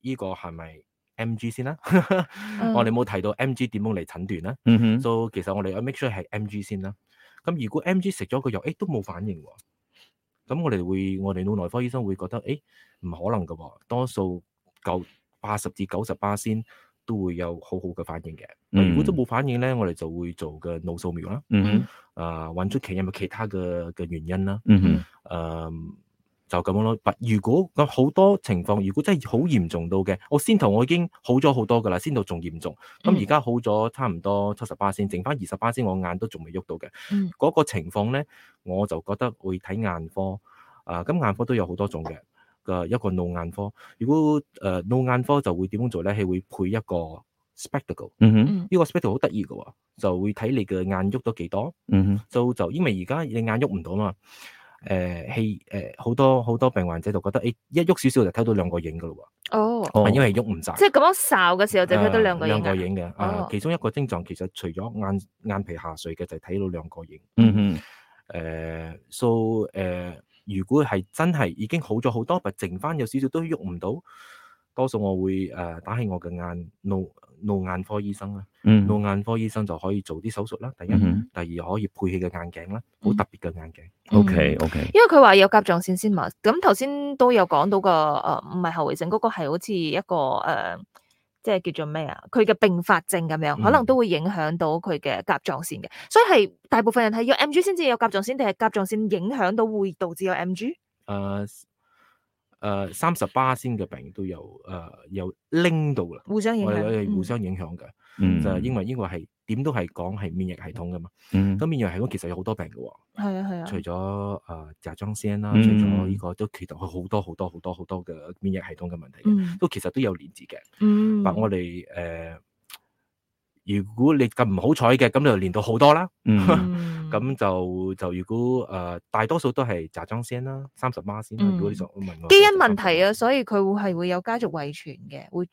Speaker 3: 呢個係咪 MG 先啦。
Speaker 2: 嗯
Speaker 3: 我哋冇提到 MG 點樣嚟診斷啦，
Speaker 1: 嗯哼，
Speaker 3: 所以其實我哋要啊 make sure 係 MG 先啦。咁如果 MG 食咗個藥，誒都冇反應喎，咁我哋會我哋腦內科醫生會覺得誒唔可能噶喎，多數九八十至九十八先都會有好好嘅反應嘅。如果都冇反應咧，我哋就會做嘅腦掃描啦，
Speaker 1: 嗯哼，
Speaker 3: 啊揾出其有冇其他嘅嘅原因啦。
Speaker 1: 嗯哼，
Speaker 3: 誒、呃就咁樣咯。但如果咁好多情況，如果真係好嚴重到嘅，我先頭我已經好咗好多㗎啦，先頭仲嚴重。
Speaker 2: 嗯
Speaker 3: 咁而家好咗差唔多七十八先，剩翻二十八先，我眼都仲未喐到嘅。
Speaker 2: 嗯
Speaker 3: 嗰、個情況咧，我就覺得會睇眼科。啊、咁眼科都有好多種嘅。嘅一個腦眼科，如果誒、呃、腦眼科就會點樣做咧？係會配一個 spectacle，
Speaker 1: 嗯哼，
Speaker 3: 呢個 spectacle 好得意嘅喎，就會睇你嘅眼喐到幾多。
Speaker 1: 嗯哼，
Speaker 3: 就就因為而家你眼喐唔到嘛，誒係誒好多好多病患者就覺得誒、欸一喐少少就睇到兩個影噶咯
Speaker 2: 哦，
Speaker 1: 哦
Speaker 3: 喎，因為喐唔晒，
Speaker 2: 即係咁樣哨嘅時候就睇到兩個
Speaker 3: 啊
Speaker 2: 影啊
Speaker 3: 兩個。影嘅，
Speaker 2: 哦
Speaker 3: 啊其中一個症狀其實除咗眼眼皮下垂嘅就係睇到兩個影，
Speaker 1: 嗯哼，
Speaker 3: 誒 so 誒如果係真係已經好咗好多，但剩翻有少少都喐唔到，多數我會誒、呃打起我嘅眼腦腦眼科醫生啦，
Speaker 1: 嗯
Speaker 3: 腦眼科醫生就可以做啲手術啦，第
Speaker 2: 嗯
Speaker 3: 一，
Speaker 1: 哼
Speaker 3: 第二可以配佢嘅眼鏡啦，好特別嘅眼鏡。
Speaker 2: 嗯
Speaker 1: ，OK OK，
Speaker 2: 因為佢話有甲狀腺先嘛，咁頭先都有講到個誒，唔係後遺症，嗰、個係好似一個誒、呃即係叫做咩啊？佢嘅併發症咁樣，
Speaker 3: 嗯
Speaker 2: 可能都會影響到佢嘅甲狀腺嘅，所以係大部分人係要 M G 先至有甲狀腺，定係甲狀腺影響到會導致有 M G？
Speaker 3: 誒誒呃三十巴仙嘅病都有誒、呃有拎到啦，
Speaker 2: 互相影
Speaker 3: 我哋
Speaker 2: 響，
Speaker 3: 我哋互
Speaker 2: 嗯
Speaker 3: 相影響嘅，
Speaker 1: 嗯，
Speaker 3: 就係因為英國係點都係講係免疫系統噶嘛，
Speaker 1: 嗯
Speaker 3: 咁免疫系統其實有好多病嘅喎，
Speaker 2: 係啊係啊
Speaker 3: 除，咗誒甲狀腺啦，
Speaker 1: 嗯
Speaker 3: 除咗呢、個都其實佢好多好多好多好多嘅免疫系統嘅問題嘅，
Speaker 2: 嗯
Speaker 3: 都其實都有連接嘅，
Speaker 2: 嗯，
Speaker 3: 但我哋誒。呃如果你咁唔好彩嘅，咁你就連到好多啦。 (laughs)
Speaker 1: 嗯
Speaker 2: 嗯
Speaker 3: 咁就就如果誒、呃大多數都係甲狀腺啦，三十巴仙啦。如果
Speaker 2: 嗯
Speaker 3: 你想問我
Speaker 2: 基因問題啊，
Speaker 3: 誒、
Speaker 2: 所以佢會係會有家族遺傳嘅，會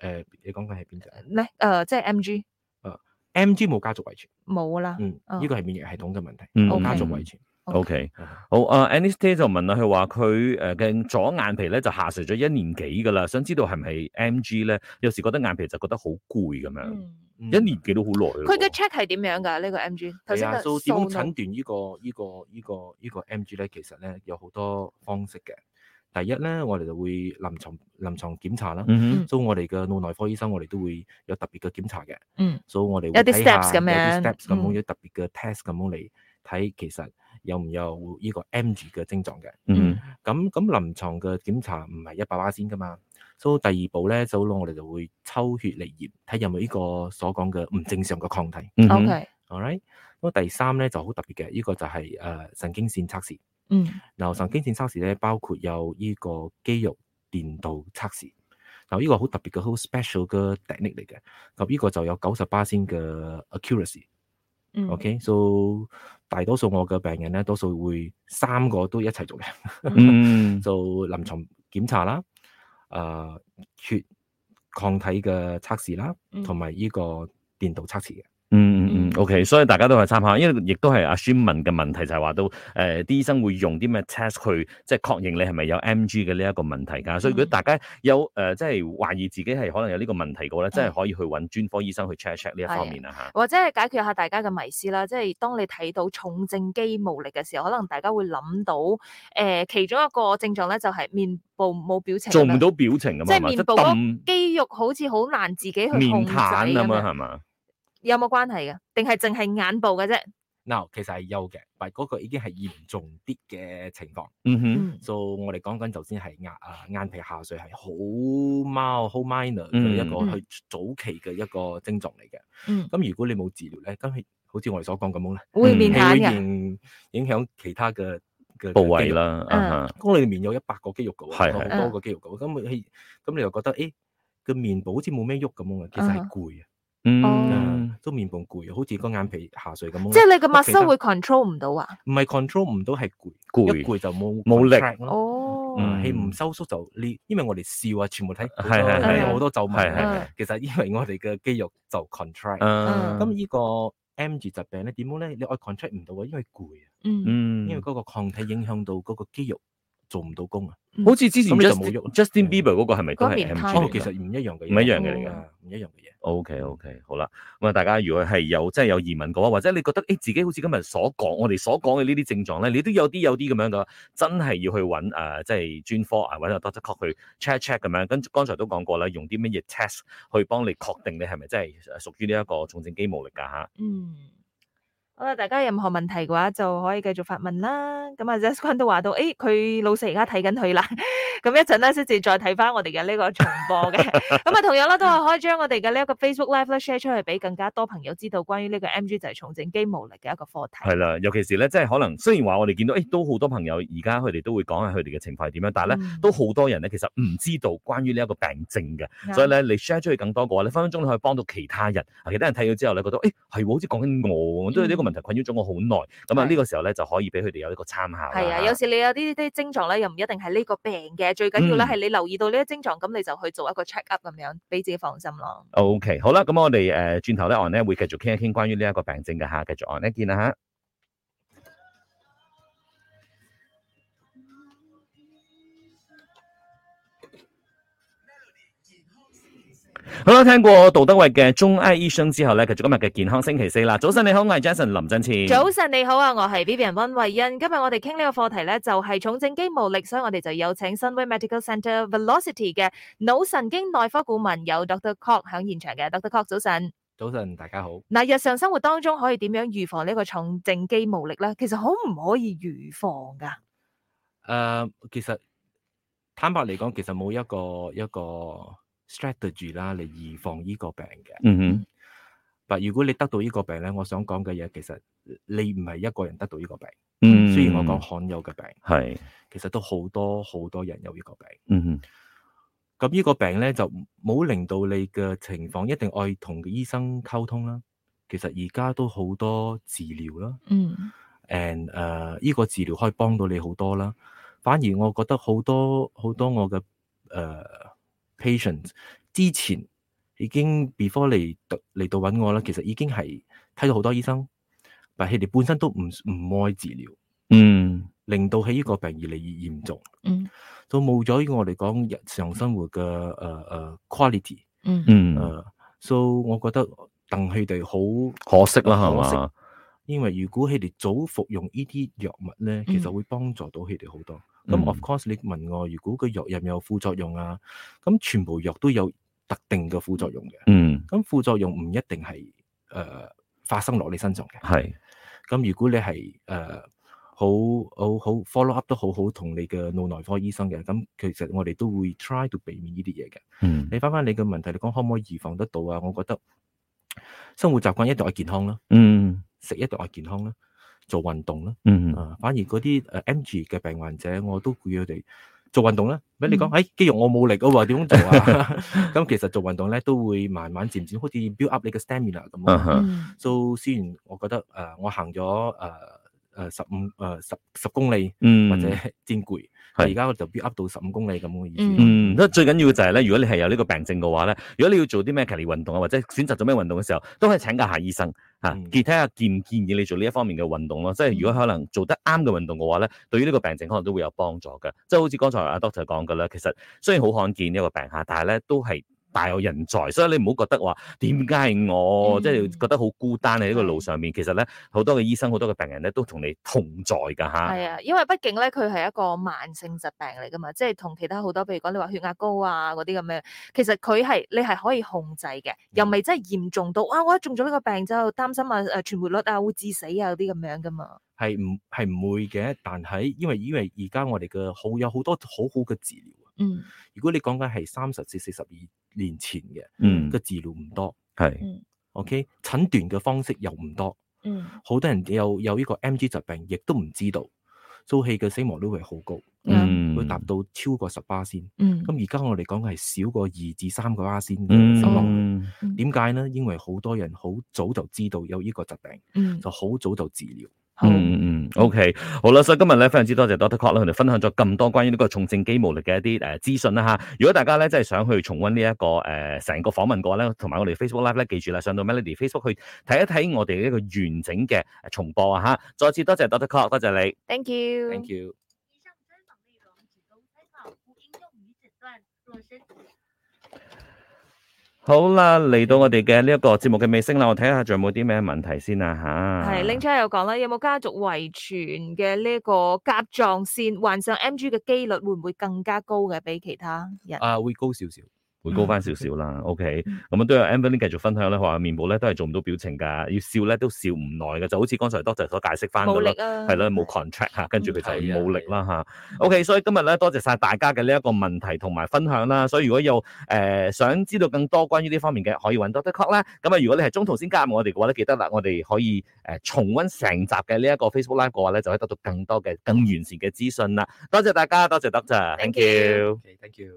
Speaker 3: 呃你講緊係邊隻？
Speaker 2: 咧誒、呃即係 M G
Speaker 3: M G 冇家族遺傳，
Speaker 2: 冇啦。
Speaker 3: 嗯，
Speaker 2: 哦
Speaker 3: 呢個係免疫系統嘅問題，
Speaker 1: 嗯
Speaker 3: 冇家族
Speaker 1: OK
Speaker 3: 遺傳。
Speaker 1: ，OK。
Speaker 3: 啊
Speaker 1: 好啊 a n i s t a 就問啦，佢話佢誒嘅左眼皮咧就下垂咗一年幾噶啦，想知道係咪 MG 咧？有時覺得眼皮就覺得好攰咁樣，
Speaker 2: 嗯
Speaker 1: 一年幾都好耐咯喎。
Speaker 2: 佢嘅 check 係點樣㗎？呢個 M G 頭
Speaker 3: 係
Speaker 2: 先
Speaker 3: 啊，
Speaker 2: 就
Speaker 3: 所以點
Speaker 2: 掃
Speaker 3: 樣診斷呢個呢個呢個呢個 M G 咧？其實咧有好多方式嘅。第一咧，我哋就會臨床臨床檢查啦。
Speaker 1: 嗯
Speaker 3: 所以我哋嘅腦內科醫生，我哋都會有特別嘅檢查嘅。
Speaker 2: 嗯，
Speaker 3: 所以我哋
Speaker 2: 有啲
Speaker 3: 會睇下
Speaker 2: steps 咁樣
Speaker 3: 有啲 steps 咁
Speaker 2: 嗯
Speaker 3: 樣，有特別嘅 test 咁樣嚟睇，其實有唔有呢個 M G 嘅症狀嘅。
Speaker 1: 哼，嗯
Speaker 3: 咁咁臨床嘅檢查唔係一百巴先噶嘛，所以第二步咧，就我哋就會抽血嚟驗，睇有冇呢個所講嘅唔正常嘅抗體。
Speaker 1: 嗯
Speaker 2: O
Speaker 1: 哼
Speaker 2: K，
Speaker 3: a l right，咁第三咧就好特別嘅，呢、個就係、呃神經線測試。
Speaker 2: 嗯
Speaker 3: 嗱，神經線測試咧包括有呢個肌肉電導測試。嗱，呢個好特別嘅好 special 嘅 technique 嚟嘅，咁呢個就有九十巴先嘅 accuracy。
Speaker 2: 嗯
Speaker 3: OK，so、大多數我嘅病人咧，多數會三個都一齊做嘅。
Speaker 1: 嗯
Speaker 3: 做臨床檢查啦，誒、血抗體嘅測試啦，
Speaker 2: 嗯
Speaker 3: 同埋呢個電導測試嘅。
Speaker 1: 嗯嗯嗯，OK，所以大家都係參考，因為亦都係阿孫問嘅問題就係話到，誒、啲醫生會用啲咩 test 去即係確認你係咪有 MG 嘅呢一個問題㗎，所以如果
Speaker 2: 嗯
Speaker 1: 大家有誒、呃即係懷疑自己係可能有呢個問題嘅話咧，真係可以去揾專科醫生去 check 一 check 呢一方面啊嚇。
Speaker 2: 或者係解決下大家嘅迷思啦，即係當你睇到重症肌無力嘅時候，可能大家會諗到誒、呃其中一個症狀咧就係面部冇表情，
Speaker 1: 做唔到，表情咁
Speaker 2: 即係
Speaker 1: 係嘛，
Speaker 2: 面
Speaker 1: 即
Speaker 2: 部
Speaker 1: 係
Speaker 2: 嗰
Speaker 1: 揼
Speaker 2: 肌肉好似好難自己去控
Speaker 1: 面
Speaker 2: 制
Speaker 1: 癱咁
Speaker 2: 咁
Speaker 1: 樣
Speaker 2: 樣。
Speaker 1: 係嘛？
Speaker 2: 有冇關係嘅？定係淨係眼部嘅啫？
Speaker 3: 嗱，其實係有嘅，但係嗰個已經係嚴重啲嘅情況。
Speaker 1: 嗯哼，
Speaker 2: 嗯，
Speaker 3: 所以我哋講緊頭先係眼啊眼皮下垂係好貓好 minor 嘅
Speaker 1: 嗯
Speaker 3: 一個
Speaker 2: 嗯
Speaker 3: 去早期嘅一個症狀嚟嘅。
Speaker 2: 嗯
Speaker 3: 咁如果你冇治療咧，咁係好似我哋所講咁樣咧，
Speaker 2: 會
Speaker 1: 嗯
Speaker 2: 面
Speaker 3: 係
Speaker 2: 癱
Speaker 3: 會
Speaker 2: 嘅，
Speaker 3: 影影響其他嘅嘅
Speaker 1: 部位。
Speaker 3: 嘅肌肉
Speaker 1: 啦，
Speaker 2: 嗯
Speaker 1: 啊哈，
Speaker 3: 咁你面有一百個肌肉嘅
Speaker 1: 係
Speaker 3: 喎，有好多個肌肉嘅喎，咁你咁你又覺得誒個面部好似冇咩喐咁樣嘅，其實係
Speaker 2: 嗯
Speaker 3: 攰啊
Speaker 1: 嗯
Speaker 3: 啊，，都面部攰，好似個眼皮下垂咁樣。
Speaker 2: 即係你嘅
Speaker 3: 咁其
Speaker 2: muscle
Speaker 3: 他
Speaker 2: 會 control 唔到啊？
Speaker 3: 唔係 control 唔到係攰，一
Speaker 1: 攰，
Speaker 3: 攰就冇
Speaker 1: 冇力
Speaker 3: contract 咯。
Speaker 2: 哦，
Speaker 1: 嗯
Speaker 3: 氣唔收縮就呢，因為我哋笑啊，全部睇
Speaker 1: 係係
Speaker 2: 係
Speaker 3: 有好多皺紋
Speaker 1: 係係
Speaker 3: 啊。
Speaker 2: 嗯
Speaker 1: 係
Speaker 3: 其實因為我哋嘅肌肉就 contract，
Speaker 1: 啊，
Speaker 3: 咁呢個 M 字疾病咧點樣咧？你愛 contract 唔到啊，因為攰啊，
Speaker 2: 嗯，
Speaker 1: 嗯
Speaker 3: 因為嗰個抗體影響到嗰個肌肉做唔到工啊。
Speaker 1: 好似之前
Speaker 3: 咁你就
Speaker 1: Justin
Speaker 3: 冇喐啦
Speaker 1: Justin Bieber 嗰個係咪都
Speaker 2: 嗰
Speaker 1: 係
Speaker 2: 個面
Speaker 1: M
Speaker 2: 癱
Speaker 1: G
Speaker 3: 哦
Speaker 1: 嚟，
Speaker 3: 其實
Speaker 1: 㗎
Speaker 3: 唔一樣嘅嘢，
Speaker 1: 唔一樣嘅嚟
Speaker 2: 嘅
Speaker 3: 啊唔一樣嘅嘢。
Speaker 1: O K O K，好啦，咁啊，大家如果係有真係有疑問嘅話，或者你覺得誒、欸自己好似今日所講，我哋所講嘅呢啲症狀咧，你都有啲有啲咁樣嘅，真係要去揾誒、呃即係專科啊，揾阿 Doctor Cock 去 check check 咁樣。跟住剛才都講過啦，用啲乜嘢 test 去幫你確定你係咪真係屬於呢一個重症肌無力㗎嚇。
Speaker 2: 嗯，好啦，大家有任何問題嘅話就可以繼續發問啦。咁啊 z e s q u n 都話到，誒，佢老細而家睇緊佢啦。 (laughs) 咁一陣咧先至再睇翻我哋嘅呢個重
Speaker 1: (laughs)
Speaker 2: 播嘅。咁啊，同樣啦，都係可以將我哋嘅呢一個 Facebook Live 咧 share 出去，俾更加多朋友知道關於呢個 MG 就係重症肌無力嘅一個課題。
Speaker 1: 係啦，尤其是咧，即係可能雖然話我哋見到誒、欸都好多朋友而家佢哋都會講下佢哋嘅情況係點樣，但係咧。
Speaker 2: 嗯
Speaker 1: 都好多人咧，其實唔知道關於呢一個病症嘅，
Speaker 2: 啱
Speaker 1: 所以咧你 share 出去更多嘅話咧，分分鐘你可以幫到其他人。啊，其他人睇咗之後咧，覺得誒係喎，好似講緊我喎，都係呢個問題困擾咗我好耐。咁啊，
Speaker 2: 嗯係
Speaker 1: 呢個時候咧就可以俾佢哋有一個參考啦。
Speaker 2: 係啊，有時你有啲啲症狀咧，又唔一定係呢個病嘅，最緊要咧
Speaker 1: 嗯
Speaker 2: 係你留意到呢啲症狀，咁你就去做一個 check up 咁樣，俾自己放心咯。
Speaker 1: OK，好啦，咁我哋誒轉頭咧，我咧會繼續傾一傾關於呢一個病症嘅嚇，繼續我咧見啦嚇。好啦，聽過杜德偉嘅《中哀醫生》之後咧，繼續今日嘅健康星期四啦。早晨你好，我係 Jason 林振前。
Speaker 2: 早晨你好啊，我係 Vivian 温慧欣。今日我哋傾呢個課題咧，就係重症肌無力，所以我哋就有請新威 Medical Centre Velocity 嘅腦神經內科顧問有 Dr. Cock 響現場嘅。Dr. Cock 早晨。
Speaker 3: 早晨，大家好。
Speaker 2: 嗱，日常生活當中可以點樣預防呢個重症肌無力咧？其實可唔可以預防噶？
Speaker 3: 誒、呃其實坦白嚟講，其實冇一個一個 strategy 啦嚟預防呢個病嘅。
Speaker 1: 嗯哼，
Speaker 3: 但如果你得到呢個病咧，我想講嘅嘢其實你唔係一個人得到呢個病。
Speaker 1: 嗯，
Speaker 3: 雖然我講罕有嘅病，
Speaker 1: 係，
Speaker 3: 其實都好多好多人有呢個病。
Speaker 1: 嗯哼，
Speaker 3: 咁呢個病咧就冇令到你嘅情況一定愛同嘅醫生溝通啦。其實而家都好多治療啦。
Speaker 2: 嗯
Speaker 3: and 誒、呢個治療可以幫到你好多啦。反而我覺得好多好多我嘅誒、patient 之前已經 before 嚟到嚟到揾我啦，其實已經係睇到好多醫生，但係佢哋本身都唔唔愛治療，
Speaker 1: 嗯，
Speaker 3: 令到喺呢個病越嚟越嚴重，
Speaker 2: 嗯
Speaker 3: 都冇咗呢個我哋講日常生活嘅誒誒 quality
Speaker 2: 嗯
Speaker 1: 嗯，
Speaker 3: 誒、so 我覺得等佢哋好
Speaker 1: 可惜啦，係
Speaker 3: 可惜
Speaker 1: 嘛？
Speaker 3: 因為如果佢哋早服用呢啲藥物咧，其實會幫助到佢哋好多。咁、
Speaker 1: 嗯
Speaker 3: of course 你問我，如果個藥有冇有副作用啊？咁全部藥都有特定嘅副作用嘅。
Speaker 1: 嗯，
Speaker 3: 咁副作用唔一定係誒、呃發生落你身上嘅。
Speaker 1: 係，
Speaker 3: 咁如果你係誒、呃好好好 follow up 得好好同你嘅腦內科醫生嘅，咁其實我哋都會 try to 避免呢啲嘢嘅。
Speaker 1: 嗯，
Speaker 3: 你翻翻你嘅問題，你講可唔可以預防得到啊？我覺得生活習慣一定係健康啦。
Speaker 1: 嗯，
Speaker 3: 食一定愛健康啦，做運動啦。
Speaker 1: 嗯，
Speaker 3: 啊，反而嗰啲誒 M G 嘅病患者，我都叫佢哋做運動啦。俾你講，
Speaker 2: 嗯
Speaker 3: 誒、肌肉我冇力啊喎，點樣做啊？ (laughs) 咁其實做運動咧，都會慢慢漸漸好似 build up 你嘅 stamina 咁
Speaker 1: 啊
Speaker 3: 啊。
Speaker 1: 哈，
Speaker 2: 嗯
Speaker 3: 所以雖然我覺得誒、呃我行咗誒誒十五誒十十公里
Speaker 1: 嗯，
Speaker 3: 或者 (laughs) 煎攰，但而家我就 build up 到十五公里咁嘅意思。
Speaker 2: 嗯
Speaker 1: 嗯，所以最緊要就係咧，如果你係有呢個病症嘅話咧，如果你要做啲咩劇烈運動啊，或者選擇做咩運動嘅時候，都係請教下醫生嚇，
Speaker 3: 嗯
Speaker 1: 建睇下建唔建議你做呢一方面嘅運動咯。即係如果可能做得啱嘅運動嘅話咧，對於呢個病症可能都會有幫助嘅。即係好似剛才阿 Doctor 講嘅啦，其實雖然好罕見呢個病嚇，但係咧都係大有人在，所以你唔好覺得話點解係我，
Speaker 2: 嗯
Speaker 1: 即係覺得好孤單喺呢個路上面。其實咧，好多嘅醫生、好多嘅病人咧都同你同在㗎吓。
Speaker 2: 係啊，因為畢竟咧，佢係一個慢性疾病嚟噶嘛，即係同其他好多，譬如講你話血壓高啊嗰啲咁樣，其實佢係你係可以控制嘅，又未真係嚴重到啊！我一中咗呢個病就擔心啊誒傳活率啊會致死啊嗰啲咁樣噶嘛。
Speaker 3: 係唔係唔會嘅，但係因為因為而家我哋嘅好有好多好好嘅治療啊。
Speaker 2: 嗯，
Speaker 3: 如果你講緊係三十至四十二年前嘅，
Speaker 1: 嗯
Speaker 3: 個，治療唔多
Speaker 1: 係，
Speaker 3: ，OK，診斷嘅方式又唔多，
Speaker 2: 嗯，
Speaker 3: 好多人有有呢個 MG 疾病，亦都唔知道，蘇氣嘅死亡率會好高，
Speaker 1: 嗯，
Speaker 3: 會達到超過十巴仙。
Speaker 2: 嗯，
Speaker 3: 咁而家我哋講嘅係少過二至三個巴仙嘅死亡率。
Speaker 1: 嗯，
Speaker 3: 點解呢？因為好多人好早就知道有呢個疾病，
Speaker 2: 嗯，
Speaker 3: 就好早就治療。
Speaker 2: 好，
Speaker 1: 嗯嗯嗯，OK，好啦，所以今日咧非常之多謝 Doctor Cock 啦，佢哋分享咗咁多關於呢個重症肌無力嘅一啲誒資訊啦嚇。如果大家咧真係想去重温呢一個誒成、個訪問過咧，同埋我哋 Facebook Live 咧，記住啦，上到 Melody Facebook 去睇一睇我哋呢個完整嘅重播啊嚇。再次多謝 Doctor Cock，多謝你。
Speaker 2: ，thank you。
Speaker 3: Thank you。
Speaker 4: 以上专访内容仅供参考，不应用于诊断。若身体
Speaker 1: 好啦，嚟到我哋嘅呢一個節目嘅尾聲啦，我睇下仲有冇啲咩問題先啊嚇。
Speaker 2: 係拎出又講啦，有冇家族遺傳嘅呢一個甲狀腺患上 MG 嘅機率會唔會更加高嘅比其他人？
Speaker 3: 啊，會高少少。
Speaker 1: 會高翻少少啦。OK，
Speaker 2: 嗯
Speaker 1: 咁啊都有 Anthony 繼續分享咧，佢話面部咧都係做唔到表情㗎，要笑咧都笑唔耐嘅，就好似剛才 Doctor 所解釋翻
Speaker 2: 冇
Speaker 1: 㗎
Speaker 2: 力
Speaker 1: 啦。
Speaker 2: 啊，
Speaker 1: 係啦，冇 contract 嚇，跟住佢就
Speaker 3: 係啊
Speaker 1: 冇力啦嚇。OK，所以今日咧多謝晒大家嘅呢一個問題同埋分享啦。所以如果有誒、呃想知道更多關於呢方面嘅，可以揾 Doctor Cock 啦。咁啊，如果你係中途先加入我哋嘅話咧，記得啦，我哋可以誒、呃重温成集嘅呢一個 Facebook Live 嘅話咧，就可以得到更多嘅更完善嘅資訊啦。多謝大家，多謝 Doctor，thank
Speaker 2: Thank you
Speaker 1: you。
Speaker 3: OK，thank you。